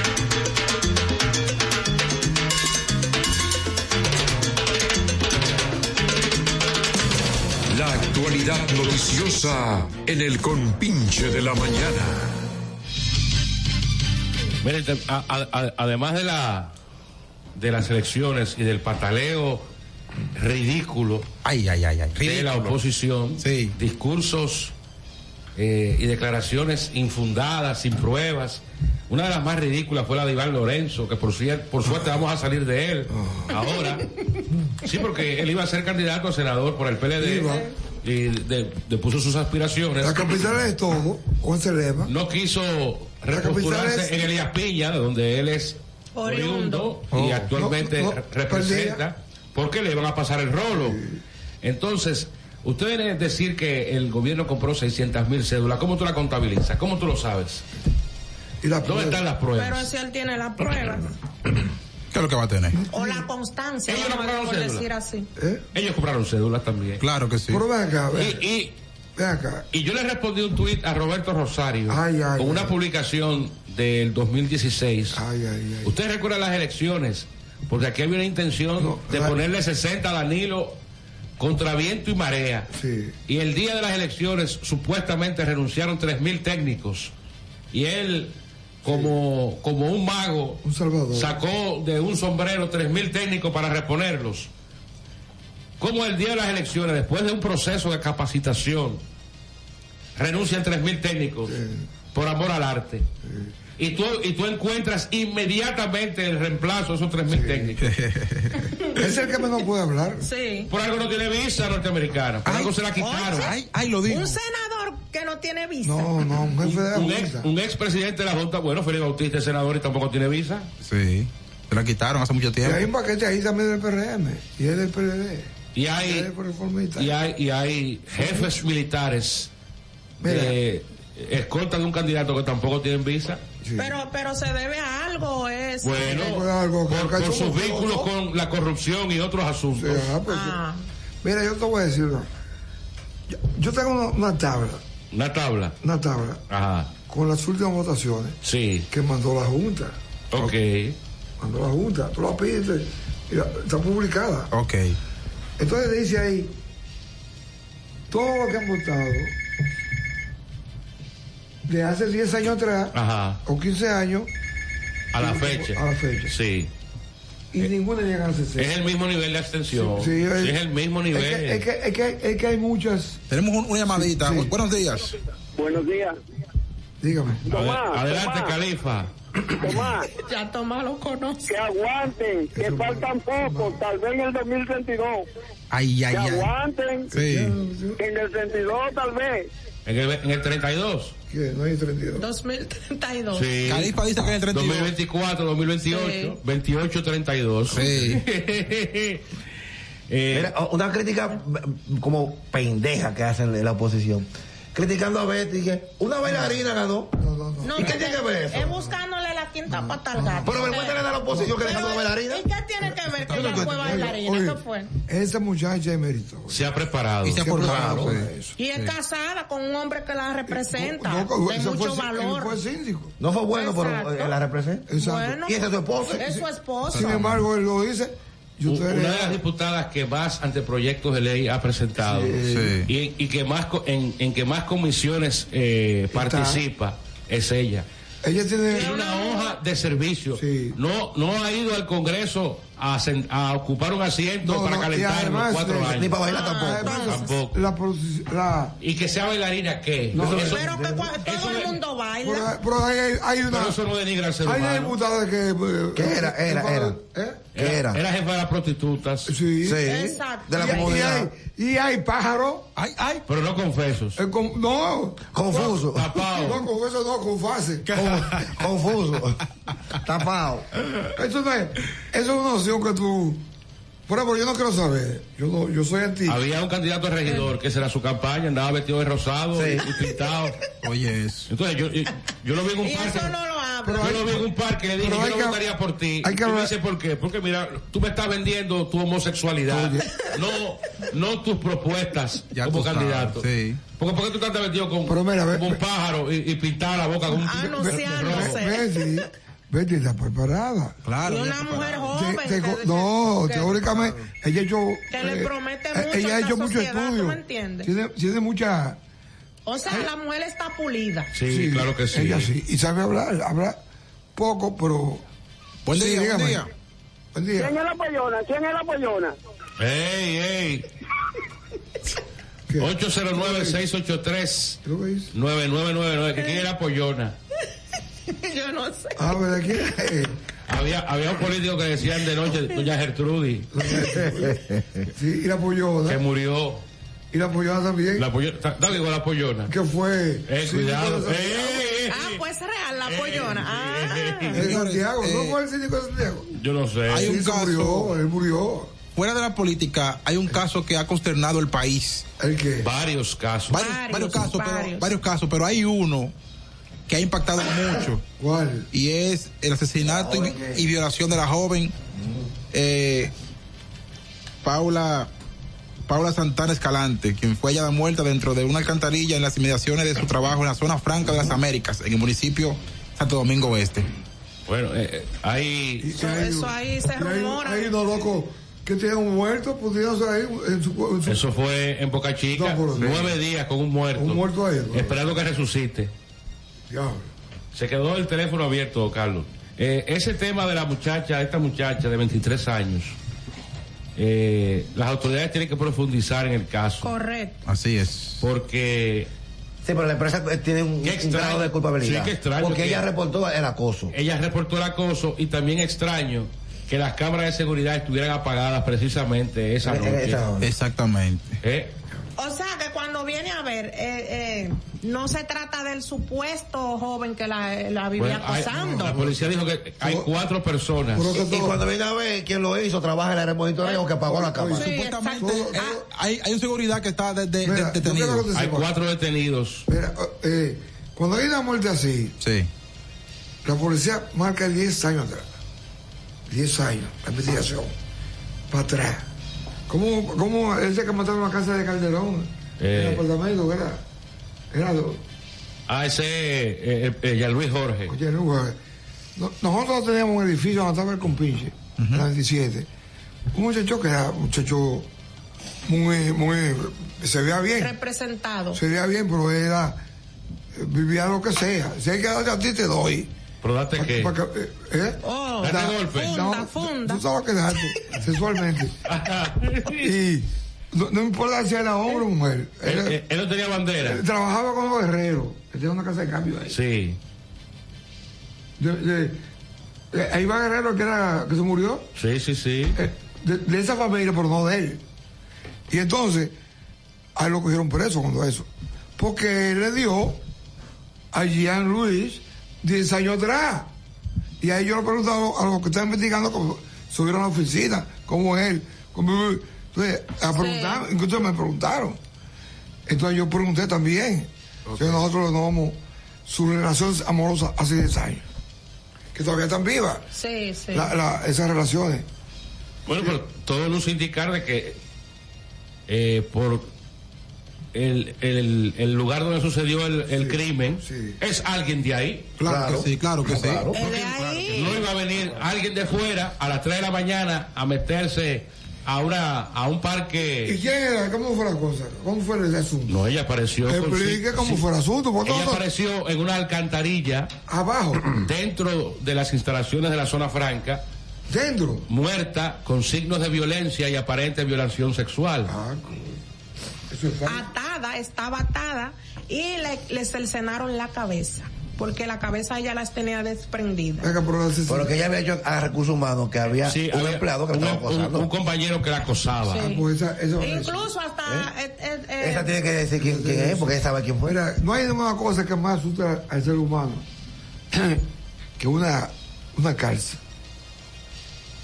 A: Buenas
B: Actualidad noticiosa en el compinche de la mañana.
H: Miren, te- a- a- a- además de la de las elecciones y del pataleo ridículo de la oposición, discursos eh, y declaraciones infundadas, sin pruebas. Una de las más ridículas fue la de Iván Lorenzo, que por, cier- por suerte vamos a salir de él ahora. Sí, porque él iba a ser candidato a senador por el PLD y de- depuso sus aspiraciones.
E: La capital es todo, Juan Celema.
H: No quiso
E: La capital es-
H: reposturarse en Elías Piña, de donde él es oriundo y
E: Oh.
H: actualmente
E: No, no,
H: re- representa, porque le van a pasar el rolo. Entonces, ustedes deben decir que el gobierno compró 600 mil cédulas. ¿Cómo tú la contabilizas? ¿Cómo tú lo sabes? ¿Dónde están las pruebas?
F: Pero si él tiene la prueba
D: ¿Qué es lo que va a tener?
F: o la constancia,
H: Ellos no
F: vamos a
H: compraron
F: por
H: cédula.
F: decir así.
H: Ellos compraron cédulas también.
D: Claro que sí.
E: ¿Eh? Pero ven acá, ven.
H: Y, y-
E: Ven acá.
H: y yo le respondí un tuit a Roberto Rosario con una publicación del 2016. Ustedes recuerdan las elecciones, porque aquí había una intención de ponerle 60 a Danilo contra viento y marea. Y el día de las elecciones supuestamente renunciaron 3.000 técnicos. Y él, como, como un mago, sacó de un sombrero 3.000 técnicos para reponerlos. Como el día de las elecciones, después de un proceso de capacitación, renuncian 3.000 técnicos por amor al arte. Y tú, y tú encuentras inmediatamente el reemplazo de esos 3.000 técnicos.
E: Es el que menos puede hablar.
F: Sí.
H: Por algo no tiene visa norteamericana. Por algo se la quitaron.
F: Un senador que no tiene visa.
E: no, un jefe
H: un, ex, un expresidente de la Junta, bueno, Felipe Bautista es senador y tampoco tiene visa.
D: Sí. Se la quitaron hace mucho
E: Y
D: tiempo.
E: hay un paquete ahí también del PRM y es del PLD.
H: Y hay, y hay, y hay jefes militares de escolta de un candidato que tampoco tienen visa.
F: Pero, pero se debe a algo, es.
H: Bueno, por, por sus vínculos con la corrupción y otros asuntos.
F: Ah.
E: pues, Mira, yo te voy a decir una. Yo, yo tengo una, una tabla,
H: Una tabla.
E: una tabla
H: Ajá.
E: con las últimas votaciones
H: Sí.
E: que mandó la Junta.
H: Ok.
E: Mandó la Junta, tú la pediste, y la- está publicada.
D: Ok.
E: Entonces dice ahí, todo lo que han votado de hace 10 años atrás
H: Ajá.
E: o 15 años
H: A la fecha.
E: A la fecha.
H: Sí.
E: y ninguna llega a 60.
H: Eh, Es el mismo nivel de abstención.
E: Sí, sí, es-
H: es, el mismo nivel.
E: Es que, es que, es que hay muchas.
D: Tenemos un- una llamadita. Buenos días.
L: Buenos días.
E: Dígame.
H: Adelante, Califa.
L: Tomás.
F: ya Tomás lo conoce.
L: Que aguanten, que faltan poco, tal vez en el 2032.
D: Ay, ay,
L: que
D: ay.
L: aguanten,
D: Sí.
L: que en el 32 tal vez.
H: En el, en el 32.
E: Que no hay 32.
F: 2032.
H: Sí.
D: Califa dice que en el 32.
H: 2024, 2028, 28, 32.
D: Sí.
H: Eh,
G: Mira, o- una crítica mm, como pendeja que hacen la oposición. Criticando a Betty que una bailarina ganó.
F: No,
G: ¿Y qué
F: no,
G: tiene que ver eso?
F: Es buscándole la quinta pata al gato.
G: Pero vergüenza le da a la oposición que
F: Pero,
G: dejamos la bailarina.
F: ¿Y qué tiene que ver que ella fue bailarina?
E: Oye,
F: Eso fue.
E: Esa muchacha es meritoria.
H: Se ha preparado.
E: Y se ha preparado.
F: Y es casada con un hombre que la representa.
E: No,
F: de
E: ese fue
F: mucho
E: sí- él
F: valor.
E: fue síndico.
G: No fue bueno, pero
F: Exacto.
G: eh, la representa.
F: Bueno,
G: ¿Y esa es tu esposa?
F: Es su esposa.
E: Sin embargo, él lo dice. Yo
H: Una
E: te
H: de las diputadas que más anteproyectos de ley ha presentado
E: Sí.
H: y, y que más co- en, en que más comisiones eh, participa es ella.
E: Ella tiene
H: una hoja de servicio. No, no ha ido al Congreso a, sen- a ocupar un asiento
E: No,
H: para
E: no, y
H: calentar los
E: además,
H: cuatro
E: eh,
H: años.
E: ni para bailar tampoco.
H: Además, Tampoco.
E: la, posi- la-
H: Y que sea bailarina, ¿qué?
E: No,
H: Eso-
F: Pero que cua- todo el mundo baila.
E: Pero, pero hay, hay una.
H: Pero eso no denigra al ser
E: Hay una
H: humano.
E: diputada que. eh,
H: ¿Qué era?
E: que
H: Era,
E: para-
H: era.
E: ¿eh?
H: era, era jefa de las prostitutas.
E: Sí.
G: De la
E: Y- y
G: comunidad.
E: hay- Y hay pájaros.
D: Ay, ay.
H: Pero no confesos.
E: Eh, con- no.
G: Confuso.
H: Tapao.
E: No, con eso no, con fase.
G: Confuso. Tapado.
E: Eso no es, eso es una opción que tú. Por ejemplo, yo no quiero saber. Yo, no, yo soy anti.
H: Había un candidato a regidor que será su campaña, andaba vestido de rosado y- y pintado.
D: Oye, eso.
H: Entonces yo, yo, yo lo vi en un
F: Y
H: parque.
F: eso no lo habla.
H: yo lo vi en un parque, le dije,
F: pero
H: yo
F: hay
H: no
F: que-
H: votaría por ti.
F: hay que
H: y me
F: hablar-
H: dice, ¿por qué? Porque mira, tú me estás vendiendo tu homosexualidad, no, no tus propuestas como
D: tú sabes,
H: candidato. Porque ¿por qué tú estás vendido con,
E: mira, ve-
F: Ah,
H: como un pájaro y, y pintar la boca con un...
E: Messi, Betty está preparada.
D: Claro.
F: Y una ella está mujer preparada. joven,
E: Te- te-
F: que-
E: no,
F: que-
E: teóricamente, ella ha hecho.
F: que le
E: eh,
F: promete
E: eh,
F: mucho
E: Ella
F: a
E: ha
F: la
E: hecho mucho
F: sociedad, ¿tú me
E: estudio.
F: entiendes?
E: Tiene, tiene mucha.
F: O sea, la mujer está pulida.
H: Sí, claro que sí.
E: Ella sí. Y sabe hablar, habla poco, pero.
D: Buen
E: Sí,
D: día, buen
E: dígame.
D: día.
E: Buen día.
L: ¿Quién es la pollona? ¿Quién es la pollona?
H: ¡Ey, ey! 809-683-9999. ¿Que ¿Quién era Pollona?
F: Yo no sé.
E: Ah, pero aquí.
H: Había, había un político que decían de noche, doña Gertrudis.
E: Sí, y la pollona.
H: Que murió.
E: Y la pollona también.
H: La pollona, está- dale con la pollona.
E: ¿Qué fue?
H: Eh, cuidado.
E: sí,
H: Eh, eh,
F: Ah, pues real, la pollona. Ah.
E: En Santiago, ¿no
D: Eh,
E: fue el síndico de Santiago?
H: Yo no sé.
D: Hay un
E: Sí, se
D: caso.
E: murió, él murió.
D: Fuera de la política, hay un caso que ha consternado el país.
E: ¿El qué?
H: Varios casos.
D: Varios,
F: Varios,
D: varios casos, Pero,
F: varios.
D: varios casos, pero hay uno que ha impactado mucho
E: ¿Cuál?
D: y es el asesinato y, y violación de la joven eh, Paula Paula Santana Escalante, quien fue hallada muerta dentro de una alcantarilla en las inmediaciones de su trabajo en la zona franca de las Américas, en el municipio Santo Domingo Oeste.
H: Bueno, eh, eh, hay.
E: Y hay-
F: Eso ahí se
E: y hay-
F: rumora.
E: Hay unos locos que tienen muertos, pudieron ahí en su, en su-
H: Eso fue en Boca Chica.
E: No, por-
H: nueve días con un muerto.
E: un muerto ahí. ¿no?
H: Esperando que resucite.
E: Diablo.
H: Se quedó el teléfono abierto, Carlos. Eh, ese tema de la muchacha, esta muchacha de 23 años, eh, las autoridades tienen que profundizar en el caso.
F: Correcto.
D: Así es.
H: Porque
G: Sí, pero la empresa eh, tiene un,
H: Qué
G: un
H: extraño.
G: grado de culpabilidad.
H: Sí, qué extraño
G: Porque
H: que-
G: ella reportó el acoso.
H: ella reportó el acoso y también extraño que las cámaras de seguridad estuvieran apagadas precisamente esa
G: Eh, eh,
H: noche.
G: esa noche.
D: Exactamente.
H: Eh,
F: O sea que cuando viene a ver, eh, eh, no se trata del supuesto joven que la, la vivía
H: bueno, hay-
F: acosando.
H: la policía dijo que hay cuatro personas.
E: Pero que
G: Y
E: todo-
G: cuando viene a ver quién Eh, lo hizo, trabaja en el área de monitoreo que pagó la cámara.
F: Sí,
D: Supuestamente
E: exacto.
D: eh,
G: Ah.
D: hay, hay un seguridad que está de- de-
E: Mira,
D: de-
E: yo
D: detenido.
E: creo que-
H: Hay cuatro detenidos.
E: Mira, eh, cuando hay una muerte así,
D: Sí.
E: la policía marca 10 años atrás. 10 años, la investigación. Para atrás. ¿Cómo, cómo ese que mataron la casa de Calderón?
H: Eh.
E: El apartamento, ¿verdad? Era lo-
H: Ah, ese eh, eh, eh, Luis Jorge.
E: Oye, no, güey. No- nosotros teníamos un edificio donde estaba el compinche, en la 27. Un muchacho que era un muchacho muy, muy, se veía bien,
F: Representado.
E: se veía bien, pero era, eh, vivía lo que sea. Si hay que darte a ti, te doy.
H: Pero date
E: Pa-
H: que.
E: pa- que- eh, ¿eh?
F: Oh,
H: Date golpe.
F: funda, funda.
E: Tú sabes que darte, sexualmente. Y no, no importa si era hombre o mujer.
H: él,
E: Era-
H: él- él no tenía bandera.
E: él trabajaba con los herreros, él tenía una casa de cambio ahí.
H: Sí.
E: De, de- eh, ahí va Guerrero, que, era, que se murió.
H: Sí, sí, sí.
E: eh, de, de esa familia, pero no de él. Y entonces, ahí lo cogieron preso cuando eso. Porque él le dio a Jean Luis 10 años atrás. Y ahí yo le pregunto a lo- a los que están investigando, como subieron a la oficina, como él. cómo- entonces, a preguntar, incluso me preguntaron. Entonces yo pregunté también. que nosotros nos vamos, su relación amorosa hace 10 años. Que todavía están vivas
F: Sí, sí.
E: la- la- esas relaciones.
H: Bueno, pero todo luce indicar de que eh, por el, el- el lugar donde sucedió el, el crimen
E: sí.
H: es alguien de ahí.
D: Claro, que sí, claro que sí.
F: El de ahí.
H: No iba a venir alguien de fuera a las 3 de la mañana a meterse a una a un
E: ¿Y
H: parque.
E: quién era? ¿Cómo fue la cosa? ¿Cómo fue el asunto?
H: No, ella apareció. con-
E: Explique
H: sí,
E: cómo
H: sí.
E: fue el asunto. porque
H: Ella
E: nosotros-
H: apareció en una alcantarilla
E: Abajo,
H: dentro de las instalaciones de la zona franca,
E: dentro.
H: muerta con signos de violencia y aparente violación sexual.
E: Ah, eso es fácil.
F: atada, estaba atada y le, le cercenaron la cabeza, porque la cabeza ella las tenía desprendidas.
E: Venga, pero el asesino-
G: Pero que ella había hecho a recursos humanos que había
H: Sí,
G: un
H: había
G: empleado que la
H: un-
G: estaba acosando.
H: un- un compañero que la acosaba.
E: Ah, pues esa- eso-
F: Incluso hasta... eh, eh, eh,
G: Esa tiene que decir quién, quién es, porque ella sabe quién fue.
E: Mira, no hay ninguna cosa que más asusta al ser humano que una, una cárcel.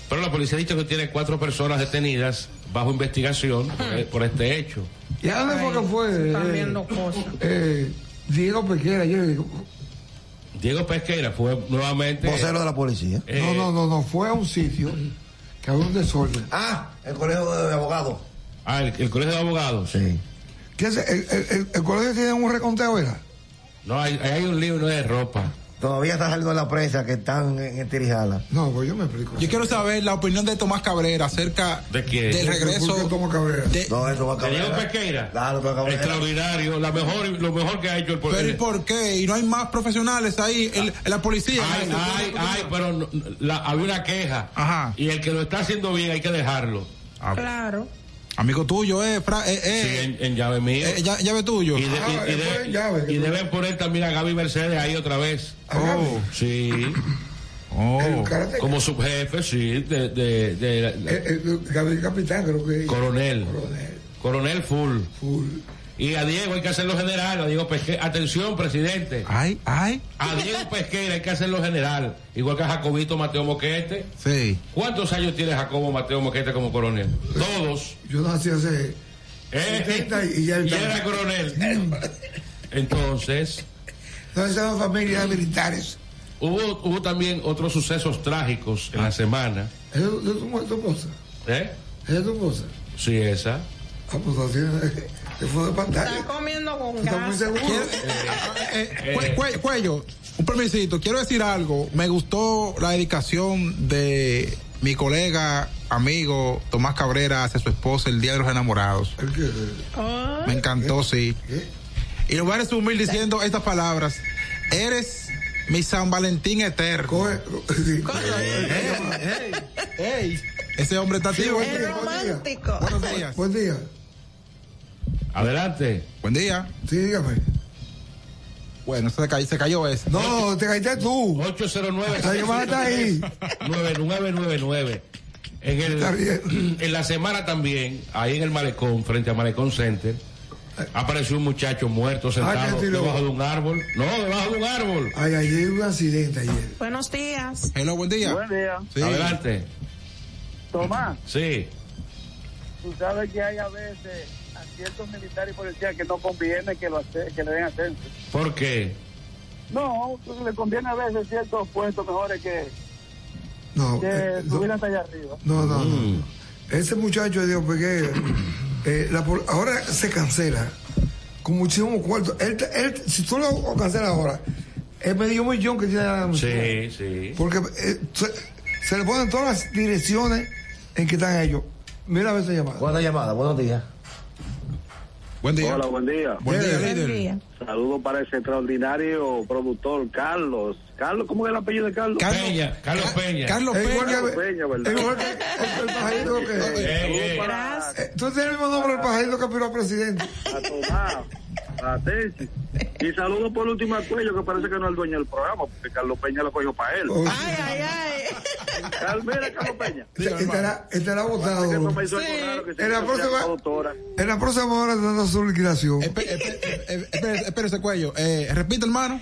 H: Pero la policía ha dicho que tiene cuatro personas detenidas bajo investigación por, por este hecho.
E: ¿Y a dónde fue que fue?
F: están
E: eh,
F: viendo cosas.
E: eh, Diego Pequera. Yo le digo,
H: Diego Pesquera fue nuevamente.
G: Vocero de la policía.
H: eh,
E: No, no, no, no. Fue a un sitio que había un desorden.
G: Ah, el colegio de, de abogados.
H: ah, el, el colegio de abogados.
G: Sí.
E: ¿Qué hace? El, el- el- el colegio tiene un reconteo, ¿verdad?
H: No, hay, hay un libro de ropa.
G: Todavía está saliendo en la prensa que están en, en Tirijala.
E: No, pues yo me explico.
D: Yo quiero saber la opinión de Tomás Cabrera acerca
H: ¿De quién?
D: del regreso. de-
G: No, eso va a
H: De Diego
G: cambiar.
H: Pesqueira.
G: Claro, va a cambiar.
H: Extraordinario, la mejor, lo mejor que ha hecho el
D: Pero ¿y
H: poder.
D: por qué? Y no hay más profesionales ahí, en la policía. Este,
H: Ay, ay, ay, pero no- la- había una queja. Y el que lo está haciendo bien hay que dejarlo.
F: Ah, pues. Claro.
D: Amigo tuyo, eh, Fra- eh, eh,
H: Sí, en, en llave mía.
D: eh, ya- llave tuyo.
H: Y, de-
D: Ah,
H: y- y de- y deben poner también a Gaby Mercedes ahí otra vez.
E: Oh.
H: Sí. Oh. Como subjefe, sí, de, de- de-
D: Eh,
H: de-
E: Gabriel Capitán, creo que.
H: coronel. Coronel full. Y a Diego hay que hacerlo general, a Diego Pesquera. Atención, presidente.
D: Ay, ay.
H: A Diego Pesquera hay que hacerlo general. Igual que a Jacobito Mateo Moquete.
D: Sí.
H: ¿Cuántos años tiene Jacobo Mateo Moquete como coronel? Todos.
E: Yo nací hace.
H: Eh,
E: 70 y ya Mm, él
H: y
E: está-
H: era coronel. Entonces,
E: Entonces son familias militares.
H: hubo, hubo también otros sucesos trágicos en la semana.
E: Eso eso es tu tu esposa.
H: ¿Eh?
E: Esa es tu esposa.
H: Sí, esa.
E: Ah, pues así eh, se fue de pantalla.
F: Está comiendo con
E: Está muy
F: gas.
E: seguro.
D: eh, cue- cue- cuello, un permisito, quiero decir algo. Me gustó la dedicación de mi colega, amigo Tomás Cabrera hacia su esposa el Día de los Enamorados. Me encantó, sí. Y lo voy a resumir diciendo estas palabras. Eres mi San Valentín eterno. Eh, eh, Ese hombre está activo. ¿eh?
F: Es romántico.
D: Buenos días.
E: Buen día.
H: Adelante.
D: Buen día.
E: Sí, dígame.
D: Bueno, se cayó, se cayó ese.
E: No, te caíste tú.
H: 809
E: La llamada está ahí.
H: 9999. En, el-
E: Está bien.
H: en la semana también, ahí en el malecón, frente a Malecón Center, apareció un muchacho muerto
E: Ah,
H: sentado
E: que tiró.
H: debajo de un árbol. No, debajo de un árbol.
E: Ay, ayer hubo un accidente ayer.
F: Buenos días.
D: Hello, buen día.
L: Buen día.
D: Sí.
H: Adelante.
L: Tomás,
H: Sí.
L: tú sabes que hay a veces a ciertos militares y policías que no conviene que, lo ace- que le den ascenso.
H: ¿Por qué?
L: No, pues le conviene a veces ciertos puestos mejores que,
E: No,
L: que
E: eh, no,
L: subir hasta allá arriba.
E: no, no,
H: Mm.
E: no. Ese muchacho de Dios Pequeira, eh, la pol- ahora se cancela con muchísimos cuartos. Él, él- si tú lo cancelas ahora, él me dio un millón que tiene la muchacha.
H: Sí, sí.
E: Porque eh, se, se le ponen todas las direcciones en que están ellos. Mira a veces llamada.
G: Buena llamada, buenos días.
D: Buen día.
L: Hola, buen día.
D: Buen día,
F: Buen
D: líder.
F: día.
L: Saludos para ese extraordinario productor, Carlos. Carlos, ¿cómo es el apellido de Carlos?
D: Carlos
H: Peña, Carlos
D: Ca-
H: Peña.
D: Carlos
E: Es igual
D: Peña.
E: que,
L: Peña, ¿verdad?
E: es igual que el, el pajarito
H: Ey,
E: que.
H: ey.
F: Gracias.
E: Eh, Tú tienes el mismo nombre el pajarito que aspiró a presidente.
L: a tomar, a Tesi. Y saludo por último al cuello, que parece que no es el dueño del programa, porque Carlos Peña lo cogió para él.
E: Oye,
F: Ay, ay, ay.
L: Cal- Mira, Carlos Peña.
E: estará, estará
L: Que
E: votado.
L: eso me hizo algo raro que se
E: En la
L: hizo
E: próxima-
L: ya productora.
E: En la próxima hora dando su liquidación.
D: Espe- espe- espe- espe- Espérese, cuello. Eh, repite, hermano.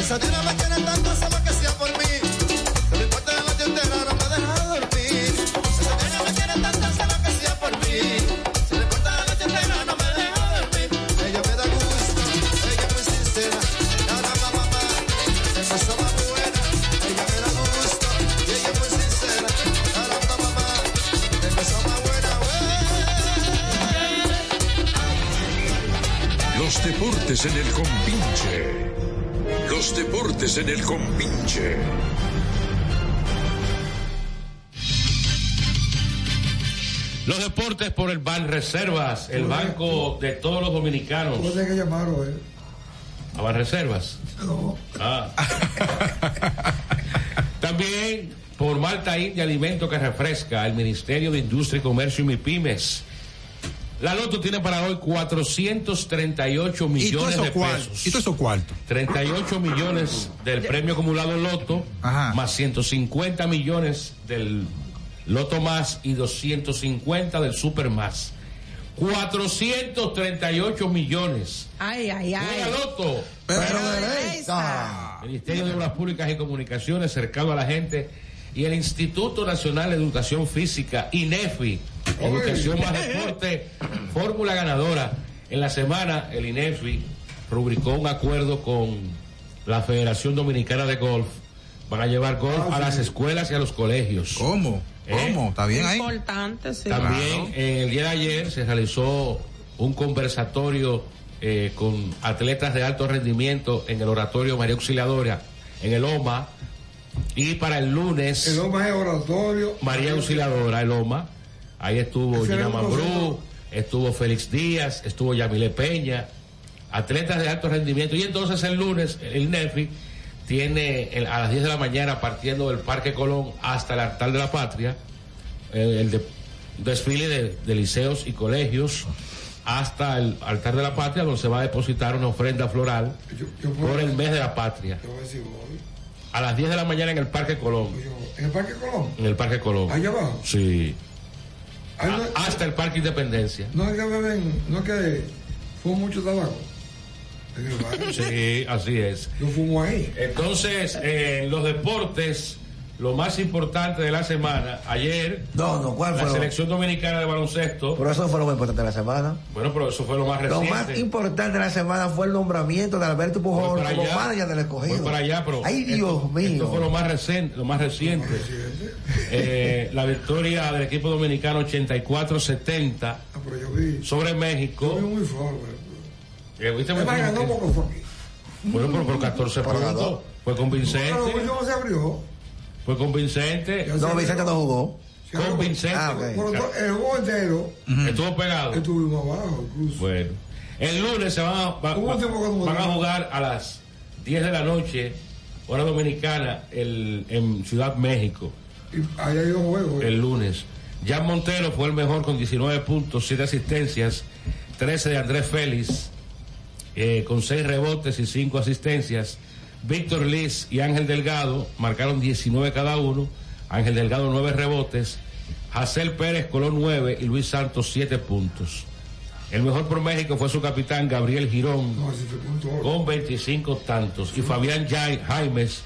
M: Esa de una bachera tanto se lo que hacía por mí. No me importa la noche entera, no me deja dormir. Esa de una bachera tanto se lo que hacía por mí. No me importa la noche entera, no me deja dormir. Ella me da gusto, ella es muy sincera. La dama mamá, esa es la buena. Ella me da gusto, y ella es muy sincera. La dama mamá, esa es la buena.
B: Los deportes en el compinche. Los deportes en el compinche.
H: Los deportes por el Ban Reservas, el banco de todos los dominicanos.
E: Tú tienes que llamarlo, eh.
H: ¿A Ban Reservas?
E: No.
H: Ah. También por Malta India Alimento que refresca el Ministerio de Industria, y Comercio y MIPIMES. La Loto tiene para hoy 438
D: ¿Y todo
H: millones
D: eso
H: de
D: cuarto?
H: pesos.
D: ¿Y todo eso cuarto?
H: 38 millones del premio acumulado Loto, más 150 millones del Loto Más y 250 del Super Más. 438 millones.
F: Ay, ay, ay.
H: Juega Loto.
D: Ah.
H: Ministerio de Obras Públicas y Comunicaciones, cercado a la gente, y el Instituto Nacional de Educación Física, INEFI, Educación más Deporte, fórmula ganadora. En la semana, el INEFI rubricó un acuerdo con la Federación Dominicana de Golf. Van a llevar golf a las escuelas y a los colegios. ¿Eh? ¿Cómo?
D: Ah, ¿Cómo? ¿Está bien ahí?
F: Importante, sí.
H: También eh, el día de ayer se realizó un conversatorio eh, con atletas de alto rendimiento en el oratorio María Auxiliadora, en el OMA. Y para el lunes. El
E: OMA es oratorio.
H: María Auxiliadora, el OMA. Ahí estuvo
E: Ese
H: Gina
E: era un
H: Mambrú,
E: concepto.
H: estuvo Félix Díaz, estuvo Yamile Peña, atletas de alto rendimiento. Y entonces el lunes, el NEFI tiene el- a las 10 de la mañana partiendo del Parque Colón hasta el altar de la patria, eh, el de- desfile de, de liceos y colegios hasta el altar de la patria donde se va a depositar una ofrenda floral por el mes de la patria.
E: Yo voy a decir, voy.
H: A las 10 de la mañana en el Parque Colón.
E: ¿En el Parque Colón?
H: En el Parque Colón.
E: ¿Allá abajo?
H: Sí. A- hasta el Parque Independencia.
E: No es que beben, no es que fue mucho tabaco. En el barrio.
H: Sí, así es.
E: Yo fumo ahí.
H: Entonces, eh, los deportes, lo más importante de la semana, ayer,
G: No, no, ¿cuál
H: la
G: fue? lo-
H: selección dominicana de baloncesto,
G: Pero eso fue lo más importante de la semana.
H: bueno, pero eso fue lo más
G: Lo
H: reciente.
G: más importante de la semana fue el nombramiento de Alberto Pujol
H: para
G: como
H: allá.
G: manager del escogido.
H: Voy para allá, pero
G: Ay, Dios
H: esto,
G: mío.
H: esto fue lo más reciente, lo más reciente. eh, la victoria del equipo dominicano 84-70
E: Ah,
H: sobre México. Eh, ¿viste?
E: Es más, ganó poco fue aquí.
H: Bueno, pero por 14 puntos. Fue
E: Claro,
H: convincente.
E: no se abrió.
H: Fue convincente.
E: No, Vicente no Ah,
H: jugó. Convincente.
E: Por otro- el juego entero
H: Estuvo pegado.
E: estuvimos abajo, incluso.
H: Bueno, el lunes se van a, va-
E: Hubo un tiempo que no
H: van a
E: jugaba.
H: jugar a las 10 de la noche, hora dominicana, el, en Ciudad México.
E: Ahí hay ¿eh? un juego.
H: El lunes. Jan Montero fue el mejor con 19 puntos, 7 asistencias, 13 de Andrés Félix, eh, con 6 rebotes y 5 asistencias. Víctor Liz y Ángel Delgado marcaron 19 cada uno. Ángel Delgado 9 rebotes. Jacel Pérez Colón 9 y Luis Santos 7 puntos. El mejor por México fue su capitán Gabriel Girón con 25 tantos y Fabián Jai- Jaimes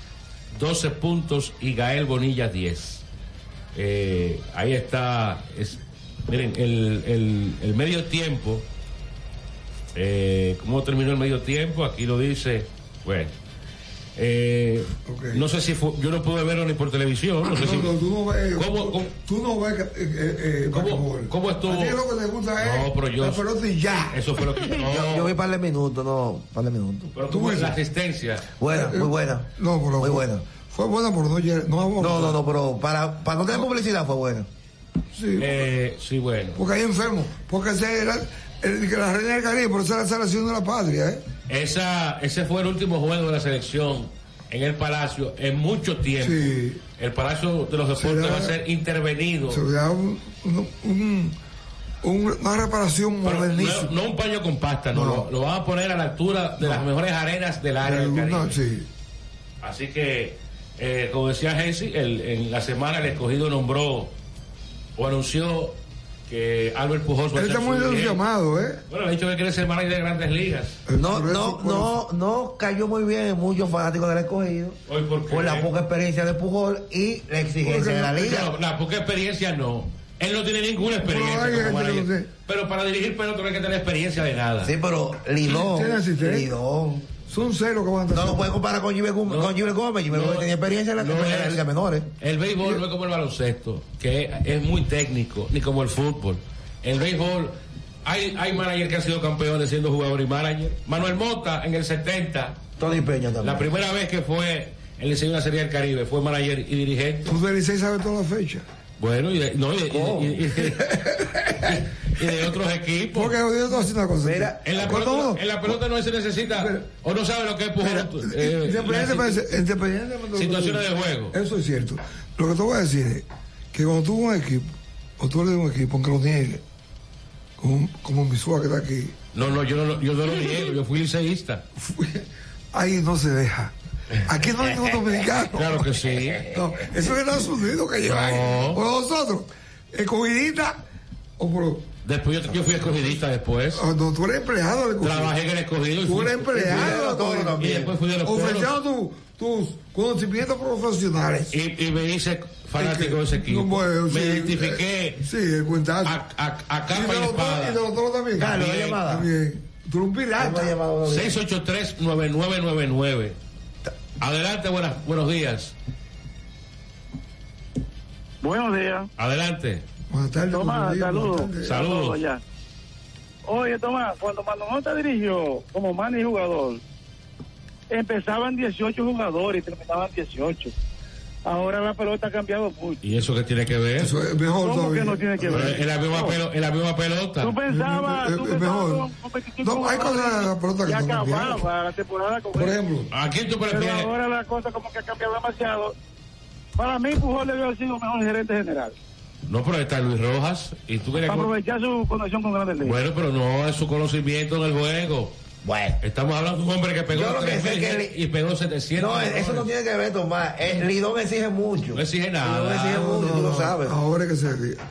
H: 12 puntos y Gael Bonilla 10. Eh, ahí está. es- miren, el, el- el medio tiempo. eh, ¿Cómo terminó el medio tiempo? Aquí lo dice. Bueno. eh, No sé si fue- yo no pude verlo ni por televisión. No sé si-
E: No, no, tú no ves.
H: ¿Cómo, cómo-
E: Tú no ves. eh, eh, eh,
H: cómo- cómo
E: A ti lo
H: estuvo?
E: que te gusta eh, es.
H: No, pero yo.
E: La pelota y ya.
H: Eso fue lo que.
G: Yo, yo
H: no,
G: vi par de minutos, no, par de minutos.
H: pero ¿cómo es la asistencia?
G: Buena, muy buena.
E: eh, No, pero
G: muy buena.
E: Fue buena por no No,
G: no, no, pero para, para no tener publicidad fue buena.
E: Sí.
H: Eh, sí, bueno.
E: Porque hay enfermos. Porque ese era. el- que la reina del Caribe, pero esa era la salvación de la patria, ¿eh?
H: Esa, ese fue el último juego de la selección en el Palacio en mucho tiempo. El Palacio de los Deportes
E: Será-
H: va a ser intervenido.
E: Se le da un- un- un- un- una reparación
H: Pero
E: modernísima.
H: no, no un paño con pasta, no. Lo, lo van a poner a la altura de las mejores arenas del área del Caribe.
E: No, sí.
H: Así que, eh, como decía Hensi, el- en la semana el escogido nombró o anunció que Albert Pujols va a
E: Él está
H: ser
E: muy
H: su dirigente.
E: entusiasmado, ¿eh?
H: Bueno, ha dicho que quiere ser manager de Grandes Ligas.
G: No, no, no, no cayó muy bien en muchos fanáticos del escogido
H: Hoy por qué?
G: por la poca experiencia de Pujol y la exigencia de la liga.
H: No, la poca experiencia no. Él no tiene ninguna
G: No, hay
H: experiencia. como
G: gente que
H: manager. pero para dirigir pelota no hay que tener experiencia de nada.
G: Sí, pero Lidón,
H: Tiene asistencia.
G: Lidón.
E: Son ceros que van a
G: No lo puedes comparar con Jiménez Gómez. Con Jiménez Gómez, Jiménez Gómez tenía experiencia en la,
H: no
G: en la
H: es.
G: liga menores.
H: El béisbol no es como el baloncesto, que es muy técnico, ni como el fútbol. El béisbol, hay, hay managers que han sido campeones siendo jugadores y manager. Manuel Mota en el 70.
G: Tony Peña también.
H: La primera vez que fue el diseño de la Serie del Caribe, fue manager y dirigente.
E: Tú del Licey sabes todas las fechas.
H: Bueno, y de, no, y de- y de- y de- y de otros equipos.
E: Porque yo digo todo así una cosa.
H: En la,
E: Cuando uno-
H: pelota, en la pelota no se necesita, o no sabe lo que es pujol. eh,
E: Independiente,
H: la-
E: parece- independiente de-
H: Situaciones de juego.
E: Eso es cierto. Lo que te voy a decir es que cuando tú un equipo, o tú eres de un equipo, aunque lo niegue, como, como Misua que está aquí,
H: No, no, yo no, lo- yo no lo niego, yo fui liceísta.
E: ahí no se deja. Aquí no hay ningún dominicano.
H: Claro que sí.
E: No, eso es Estados Unidos que lleva ahí. O nosotros, escogidita, o por.
H: Después yo, yo fui escogidista después.
E: Ah, no, tú eres empleado del escogido.
H: Pues, Trabajé en el escogido. y
E: Tú
H: fui-
E: eres empleado
H: fui de los
E: del
H: toros. Y después fui de los
E: Ofreciendo tu- tus conocimientos profesionales.
H: Y, y me hice fanático de ese equipo.
E: No, bueno,
H: me
E: sí,
H: identifiqué
E: Sí, el cuentazo.
H: a, a
E: Y
H: capa
E: de
H: y
E: los
H: espada.
E: dos- y de los dos también.
H: Carlos, la
E: También,
H: llamada.
E: también. Tú eres un pirata.
H: 683-9999. Adelante, buenas, buenos días.
L: Buenos días.
H: Adelante.
E: Buenas tardes.
L: Tomás, saludos.
H: Saludos.
L: Ya. Oye, Tomás, cuando Manolo te dirigió como man y jugador, empezaban 18 jugadores y terminaban 18. Ahora la pelota ha cambiado mucho.
H: ¿Y eso qué tiene que ver?
E: Eso es mejor
L: ¿Cómo todavía. que no tiene que ver?
H: Es la misma, pelo- es la misma pelota.
L: Tú pensabas, tú
E: Es- es
L: pensabas
E: mejor. No, hay cosas de la pelota que
L: ya
E: no
L: acababa la temporada con
E: Por ejemplo.
H: ¿A quién tú
L: Pero
H: prefieres?
L: ahora la cosa como que ha cambiado demasiado. Para mí, Pujol debió haber sido mejor gerente general.
H: No, pero está Luis Rojas. Y tú querías
L: Para aprovechar su conexión con Grandes Ligas.
H: Bueno, pero no es su conocimiento del juego.
G: Bueno.
H: Estamos hablando de un hombre que pegó
G: Yo lo que
H: tres
G: sé
H: veces
G: que
H: y pegó 700.
G: No, eso no
H: errores.
G: tiene que ver, Tomás. Eh, Lidón exige mucho.
H: No exige nada.
G: Lidón exige mucho, tú lo sabes.
E: Ahora que se diga.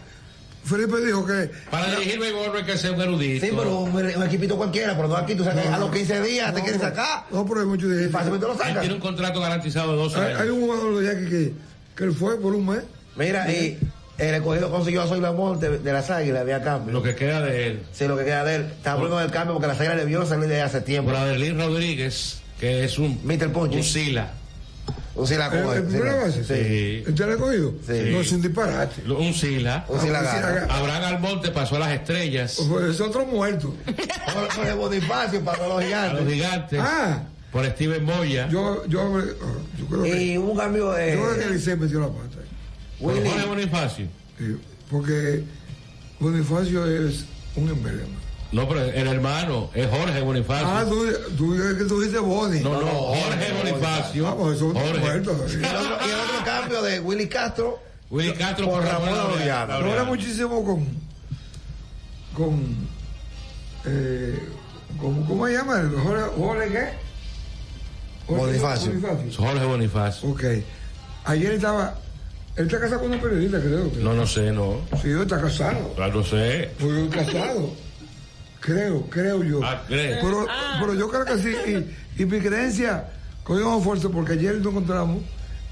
E: Felipe dijo que.
H: Para dirigir béisbol no hay que ser un erudito.
G: Sí, pero un, un equipito cualquiera, pero no aquí tú sacas a los 15 días, te quieres sacar.
E: No, pero hay muchos de
G: Fácilmente lo
H: Él
G: sacas.
H: tiene un contrato garantizado de 12
E: Hay,
H: años.
E: hay un jugador de Yankee que, que él fue por un mes.
G: Mira, y el escogido consiguió a Soy Lamont de, de las águilas, había cambio. Lo
H: que queda de él.
G: Sí, lo que queda de él. Está hablando del cambio porque las águilas le vio salir de hace tiempo.
H: Braderlin Rodríguez, que es un,
G: Mr. Ponche.
H: un Sila.
G: Un sílago,
H: Eh,
E: ¿El- el
G: sí,
E: primera
G: no.
E: base?
H: Sí.
E: ¿Usted la ha cogido?
H: Sí.
E: No, es un disparate.
H: Lo- Un Sila.
E: Un Sila Ah, gana.
H: Abraham Almonte pasó a las estrellas.
E: Pues Es otro muerto.
G: Por el Bonifacio para los
H: A
G: gigantes.
H: los gigantes.
E: Ah.
H: Por Steven Moya.
E: Yo, yo, yo creo que.
G: Y hubo un cambio de.
E: Yo creo que Eliseo metió la pata. ahí.
H: ¿Por Jorge Bonifacio?
E: Sí, Porque Bonifacio es un emblema.
H: No, pero el hermano eh, es Jorge Bonifacio.
E: Ah, tú, tú dices que tú dijiste Boni.
H: No, no, Jorge Bonifacio.
E: Vamos, eso es
H: Jorge.
E: un muerto.
G: Y el otro, y el otro cambio de Willy Castro.
H: Willy Castro
G: por Ramón
E: Laureano.
G: Laureano.
E: Ahora muchísimo con. con. Eh, ¿cómo, ¿Cómo se llama? ¿Jorge, Jorge qué? Jorge
H: Bonifacio. Jorge Bonifacio.
E: Ok. Ayer estaba. Él está casado con una periodista, creo.
H: No, no sé, no.
E: Sí, él está casado.
H: Claro, no sé.
E: Pues yo casado. Creo, creo yo.
H: Ah, ¿crees?
E: Pero, pero yo creo que sí. Y, y mi creencia cogió más fuerza porque ayer nos encontramos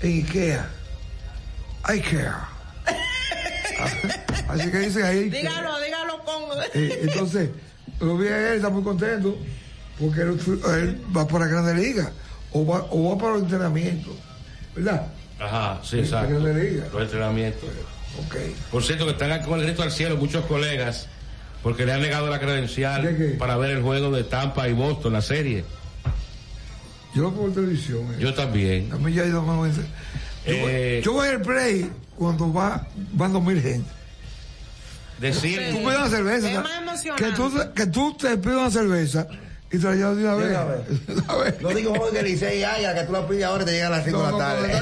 E: en Ikea. Ikea. Así que dice ahí.
F: Dígalo, dígalo con.
E: Eh, entonces, lo vi a él, está muy contento, porque él, fue- él va para Grande Liga o va, o va para los entrenamientos, ¿verdad?
H: Ajá, sí,
E: Sí,
H: exacto.
E: para que le diga.
H: Los entrenamientos.
E: Ok.
H: Por cierto, que están con el grito al cielo muchos colegas porque le han negado la credencial para ver el juego de Tampa y Boston, la serie.
E: Yo lo puedo por televisión. eh.
H: Yo también.
E: A mí ya he ido más veces. Yo,
H: Eh,
E: yo voy al play cuando va, van dos mil gente.
H: decir,
E: Tú pides una cerveza.
F: Eh. Es
E: ¿no?
F: más emocionante.
E: que, tú, que tú te pidas una cerveza y te la llevas de una
G: De
E: vez.
G: una No digo Jorge que Licey y Águila, que tú la pides ahora y te llegan a las 5 de la tarde.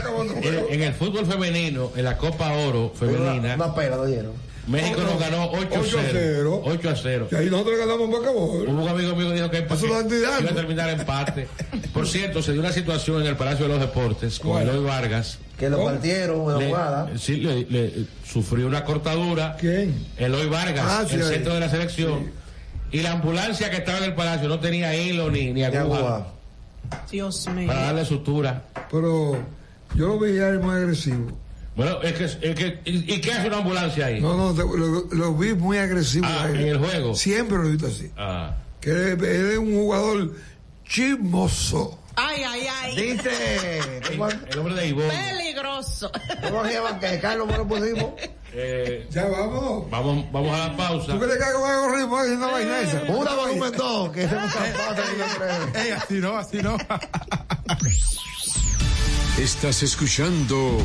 H: en, en el fútbol femenino, en la Copa Oro femenina,
G: Una pela, no dieron.
H: México nos ganó 8-0. 8 a 0.
E: Y ahí nosotros ganamos bacabón.
H: Un amigo mío dijo que el
E: lo
H: partido iba a terminar empate. Por cierto, se dio una situación en el Palacio de los Deportes con Eloy Vargas.
G: Que lo partieron, una
H: Le-
G: jugada.
H: Sí, le- le- sufrió una cortadura.
E: ¿Quién?
H: Eloy Vargas,
G: Ah, sí,
H: el
G: ahí.
H: centro de la selección. Y la ambulancia que estaba en el Palacio no tenía hilo ni, ni aguja
G: aguja.
F: Dios mío.
H: para darle sutura.
E: Pero yo lo veía el más agresivo.
H: Bueno, es que, es que- ¿y, y qué hace una ambulancia ahí?
E: No, no, te- lo, lo vi muy agresivo.
H: Ah,
E: Jaime.
H: en el juego.
E: Siempre lo he visto así.
H: Ah.
E: Que él, es- él es un jugador chismoso.
F: Ay, ay, ay.
G: Dice. El
H: hombre de Ivonne.
F: Peligroso.
G: ¿Cómo se llama? Que Carlos Moro pusimos.
H: Eh,
E: Ya vamos.
H: Vamos, vamos a la pausa.
E: ¿Tú crees que hago algo ritmo haciendo vaina esa?
G: Eh. Una volumen dos, que
H: Eh.
G: hacemos campata y no creo.
D: Ey, así no, así no.
B: Estás escuchando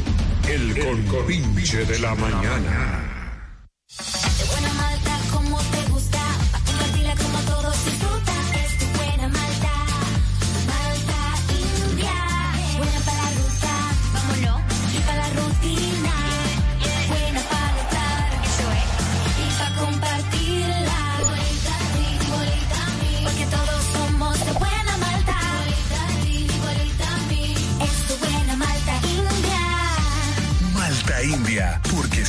B: el, Convinche de la mañana.
N: Buena malta como te gusta, pa' compartirla como todos disfrutan. Es tu buena malta, malta india. Buena para la ruta, vámonos, y para la rutina. Buena para notar, eso es, y para compartirla. Igualita a ti, igualita a mí, porque todos somos de buena malta. Igualita a ti, igualita a mí, es tu buena malta india.
K: Malta India, porque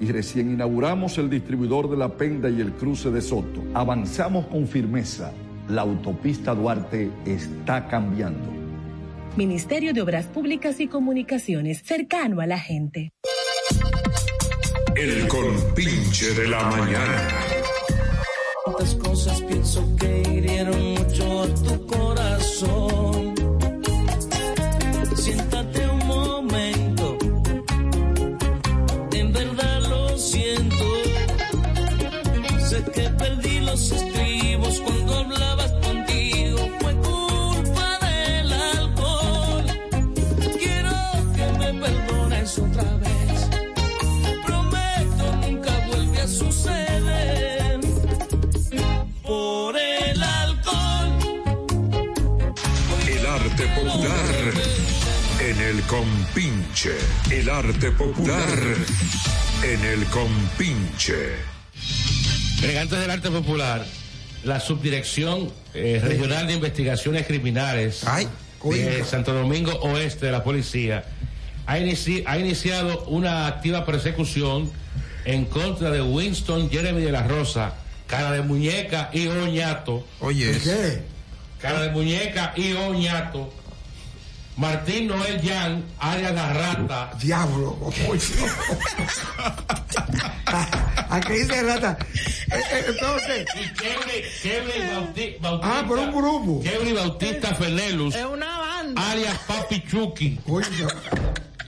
O: y recién inauguramos el distribuidor de La Penda y el cruce de Soto. Avanzamos con firmeza. La autopista Duarte está cambiando.
P: Ministerio de Obras Públicas y Comunicaciones, cercano a la gente.
B: El compinche de la mañana.
A: Tantas cosas pienso que hirieron mucho a tu corazón. Siéntate un momento, en verdad lo siento. Sé que perdí los estribos cuando hablabas contigo, fue culpa del alcohol. Quiero que me perdones otra vez, prometo nunca vuelve a suceder por el alcohol.
B: El arte popular en el compinche. El arte popular en el compinche.
H: Elegantes del Arte Popular, la subdirección eh, regional de investigaciones criminales de Santo Domingo Oeste de la policía ha, inici- ha iniciado una activa persecución en contra de Winston Jeremy de la Rosa, cara de muñeca y oñato. Oye,
E: ¿Qué?
H: Cara de muñeca y oñato. Martín Noel Yan, área la rata.
E: Diablo, ¿A qué dice rata? Eh, eh, Entonces,
H: Y Kevin, Kevin Bauti- Bautista.
E: ah, por un grupo. Eh,
H: Kevin Bautista Felelus. Alias Papi Chucky.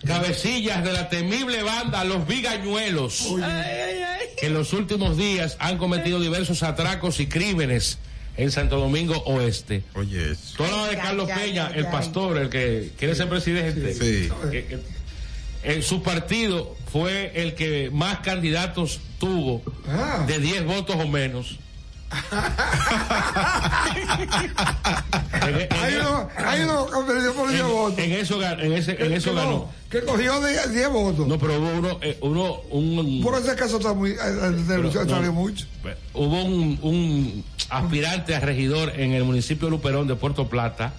H: Cabecillas de la temible banda Los Vigañuelos. Que en los últimos días han cometido diversos atracos y crímenes en Santo Domingo Oeste. Oye, Toda la de Carlos Peña, el pastor, el que quiere ser presidente. Que- que- en su partido fue el que más candidatos tuvo de 10 votos o menos.
E: Hay uno, hay uno que perdió por 10 votos.
H: En eso, gan- en ese, en eso
E: que
H: ganó.
E: Que cogió 10 10 votos.
H: No, pero hubo uno, eh, uno un,
E: Por ese caso está muy. eh, eh,
H: Pero,
E: salió
H: no.
E: mucho.
H: hubo un, un aspirante a regidor en el municipio de Luperón de Puerto Plata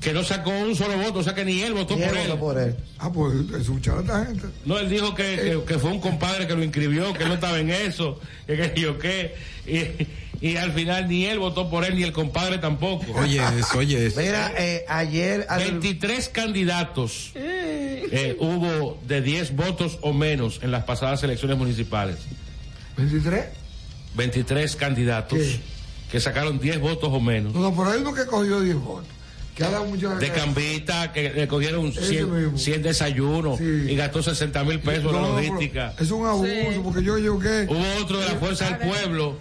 H: que no sacó un solo voto, o sea que ni él votó, por, él.
E: Ah, pues es un charlatán, gente. Eh.
H: No, él dijo que, que- que fue un compadre que lo inscribió, que no estaba en eso, que qué sé yo qué. Y, y al final ni él votó por él, ni el compadre tampoco.
Q: Oye, eso, oye, eso.
G: Mira, eh, ayer.
H: 23 candidatos eh, hubo de 10 votos o menos en las pasadas elecciones municipales.
E: ¿23?
H: 23 candidatos que sacaron 10 votos o menos.
E: No, no, pero hay uno que cogió 10 votos. Que ha dado mucho.
H: De cambita, que le cogieron
E: Ese
H: 100,
E: mismo.
H: 100 desayunos y gastó 60 mil pesos en la
E: No, pero
H: logística.
E: Es un abuso, porque yo, yo que.
H: Hubo otro de la Fuerza del Pueblo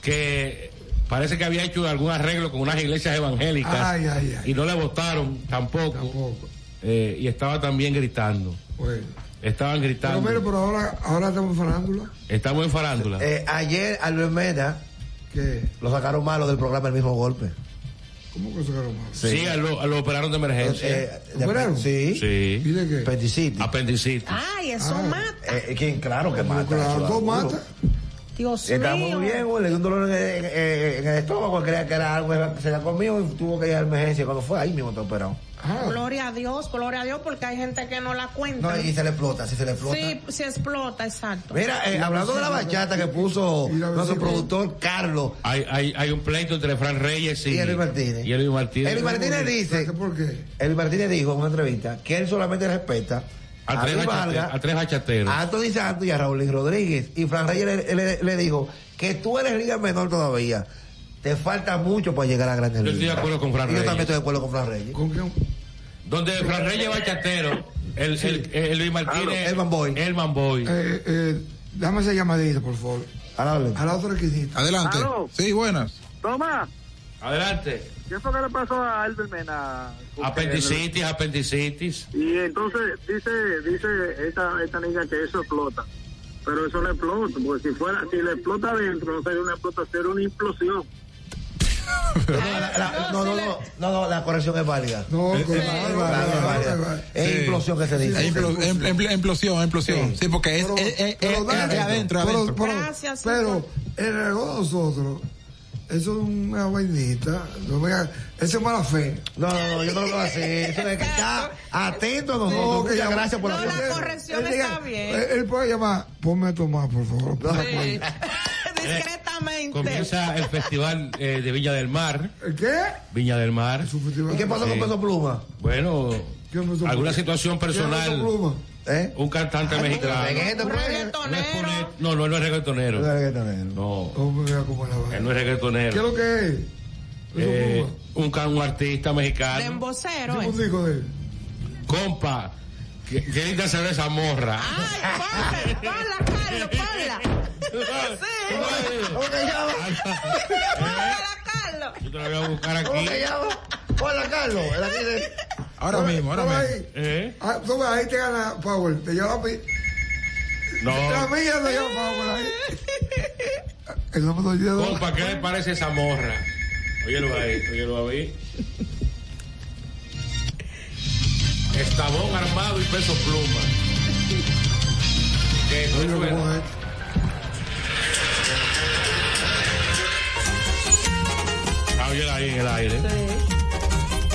H: que parece que había hecho algún arreglo con unas iglesias evangélicas
E: Ay, ay, ay.
H: y no le votaron tampoco. Eh, y estaba también gritando.
E: Bueno.
H: Estaban
E: Pues, Pero,
H: gritando.
E: mire, pero ahora, ahora estamos farándula.
H: Estamos en farándula.
G: Eh, ayer Albert Mena lo sacaron malo del programa el mismo golpe.
E: ¿Cómo que sacaron más?
H: sí, a, lo, a lo operaron de emergencia.
G: Eh, de- sí.
H: Sí.
G: Apendicitis.
H: Apendicitis.
F: Ay, eso mata.
G: Eh, eh, que claro que mata. eso,
E: todo
G: seguro.
E: mata.
F: Dios
G: Estaba
F: mío.
G: muy bien, güey. Le dio un dolor en el, en- en el estómago. Creía que era algo que se la comió y tuvo que ir a emergencia. Cuando fue ahí mismo te operaron.
F: Gloria a Dios, gloria a Dios, porque hay gente que no la cuenta.
G: Ah. No, y se le explota, sí se le explota.
F: Sí, se explota, exacto.
G: Mira, eh, hablando de la bachata que puso nuestro productor Carlos.
H: Hay, hay, hay un pleito entre Fran Reyes y,
G: Y Eloy Martínez.
H: y Eloy Martínez.
G: Elvis Martínez dice. Elvis Martínez dijo en una entrevista que él solamente respeta
H: A
G: a,
H: tres
G: Luis
H: bachate-
G: Vargas,
H: a tres bachateros.
G: a Anthony Santos y a Raúl Rodríguez. Y Fran Reyes le, le- le dijo que tú eres liga menor todavía. Te falta mucho para llegar a Grandes
H: Yo estoy
G: Ligas.
H: de acuerdo con Fran
G: Y Yo
H: Reyes.
G: también estoy de acuerdo con Fran Reyes.
H: Donde Fran Reyes Bachatero, el, el, el, Luis
G: Ah,
H: Martínez. Elman Boy. Elman Boy.
E: Eh, eh, dame esa llamadita, por favor. A la otra requisita.
D: Adelante.
L: Aló.
D: Sí, buenas.
L: Toma,
H: Adelante.
L: ¿qué fue que le pasó a Albert Mena?
H: Apendicitis, apendicitis.
L: Y entonces dice dice esta, esta niña que eso explota.
Q: pero eso no explota, porque si fuera, si le explota adentro, no sería una explotación, sería una implosión.
G: No, no, no, no, no, la corrección es válida. No, es,
D: claro,
G: válida, es válida. Es
D: Sí.
G: implosión que se dice.
D: Es implo- em- em- Implosión, implosión. Sí, porque es, eh, es- es- es- es adentro,
E: pero-
D: adentro.
E: pero- pero el regó de nosotros, eso es una vainita. no venga- Eso es mala fe.
G: No, no, no, yo no lo veo así. Eso es que está atento a nosotros. Muchas gracias por la No, la corrección. corrección está bien.
E: Él, él puede llamar, ponme a tomar, por favor.
F: Discretamente.
G: este
H: Comienza el festival eh, de Viña del Mar.
E: ¿Qué?
H: Viña del Mar.
G: ¿Y qué pasó con Peso Pluma?
H: Bueno,
G: Pluma?
H: alguna situación
G: ¿Qué pasó con
H: personal.
G: Pluma?
E: ¿Eh?
H: Un cantante
G: Ah,
H: mexicano.
G: pero en este programa-
H: No, no, él no es reggaetonero.
G: No es reggaetonero.
H: No. Él no es
E: ¿Qué
H: reggaetonero.
E: es lo que es?
H: Eh, un, can- un artista mexicano.
F: Vocero. eh.
E: ¿Qué músico de él?
H: Compa, qué qué linda se ve esa morra.
F: Ponla, Carlos, ponla. Sí.
G: ¿Cómo te llamas?
F: Carlos.
H: Yo te la voy a buscar aquí.
G: ¿Cómo te llamas? Hola, Carlos. El aquí de-
D: Ahora mismo, ahora
E: Toma
D: mismo.
E: ahí.
H: Eh.
E: Ah, Tú ves, ahí te gana Power. Te lleva a mí.
H: No.
E: La mía te lleva Power ahí. El nombre de
H: Compa, ¿qué le parece esa morra? Óyelo ahí, óyelo ahí. Estabón armado y peso pluma. ¿Qué? ¿Cómo suena? Ah, óyelo ahí en el aire.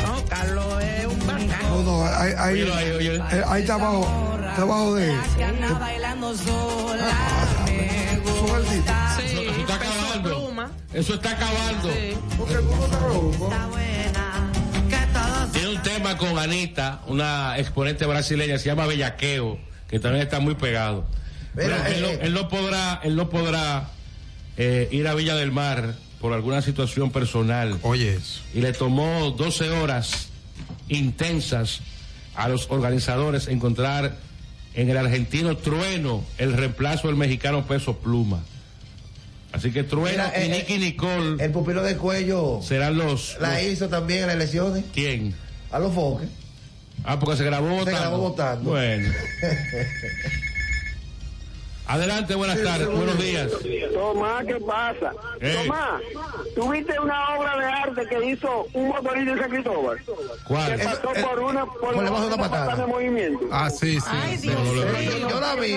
F: No, Carlos es un bacán.
E: No, no, ahí, ahí, eh, ahí está abajo. Está abajo de él.
F: Que anda bailando sola. Me gusta. Sí,
H: Eso está acabando.
F: pluma.
H: Eso está acabando.
F: Está buena. Que todo
H: Tiene un tema con Anita, una exponente brasileña, se llama Bellaqueo, que también está muy pegado. Pero él,
G: eh,
H: no, él no podrá, él no podrá eh, ir a Villa del Mar por alguna situación personal.
D: Oye.
H: Y le tomó 12 horas intensas a los organizadores encontrar en el argentino Trueno el reemplazo del mexicano Peso Pluma. Así que Trueno
G: Mira,
H: y
G: eh,
H: Nicky Nicole
G: El pupilo de cuello
H: serán los...
G: la
H: los-
G: hizo también en las elecciones.
H: ¿Quién?
G: A los foques.
H: Ah, porque se grabó
G: Se
H: votando.
G: grabó votando.
H: Bueno. Adelante, buenas
G: eh,
H: tardes, buenos días.
R: Tomás, ¿qué pasa?
H: Ey.
R: Tomás, tuviste una obra de arte que hizo un motorista en San Cristóbal.
H: ¿Cuál? Eh, pues
R: Que pasó por una por
D: por debajo de una
R: patada
D: patada.
R: de movimiento.
D: Ah, sí, sí. sí.
G: Yo la vi.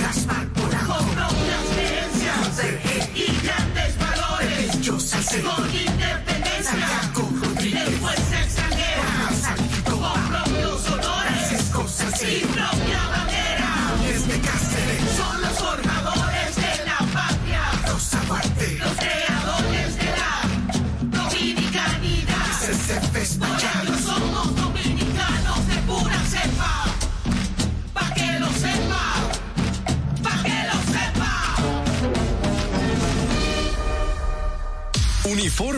M: Gaspar Polanco. Con propias creencias. Y grandes valores. Con independencia. Santiago Rodríguez. De fuerza extranjera. Con propios honores. Y propia bandera. Desde Cáceres. Son los formadores de la patria. Rosa Duarte. Los creadores de la dominicanidad. Ahora no somos dominicanos de pura cepa. Pa' que lo sepa. Pa' que lo sepa.
K: Uniforme.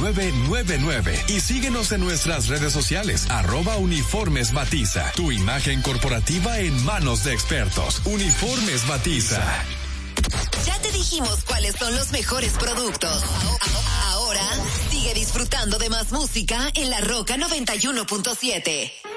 I: 809-563-7999 y síguenos en nuestras redes sociales arroba uniformes batiza. Tu imagen corporativa en manos de expertos. Uniformes batiza.
S: Ya te dijimos cuáles son los mejores productos. Ahora sigue disfrutando de más música en La Roca 91.7.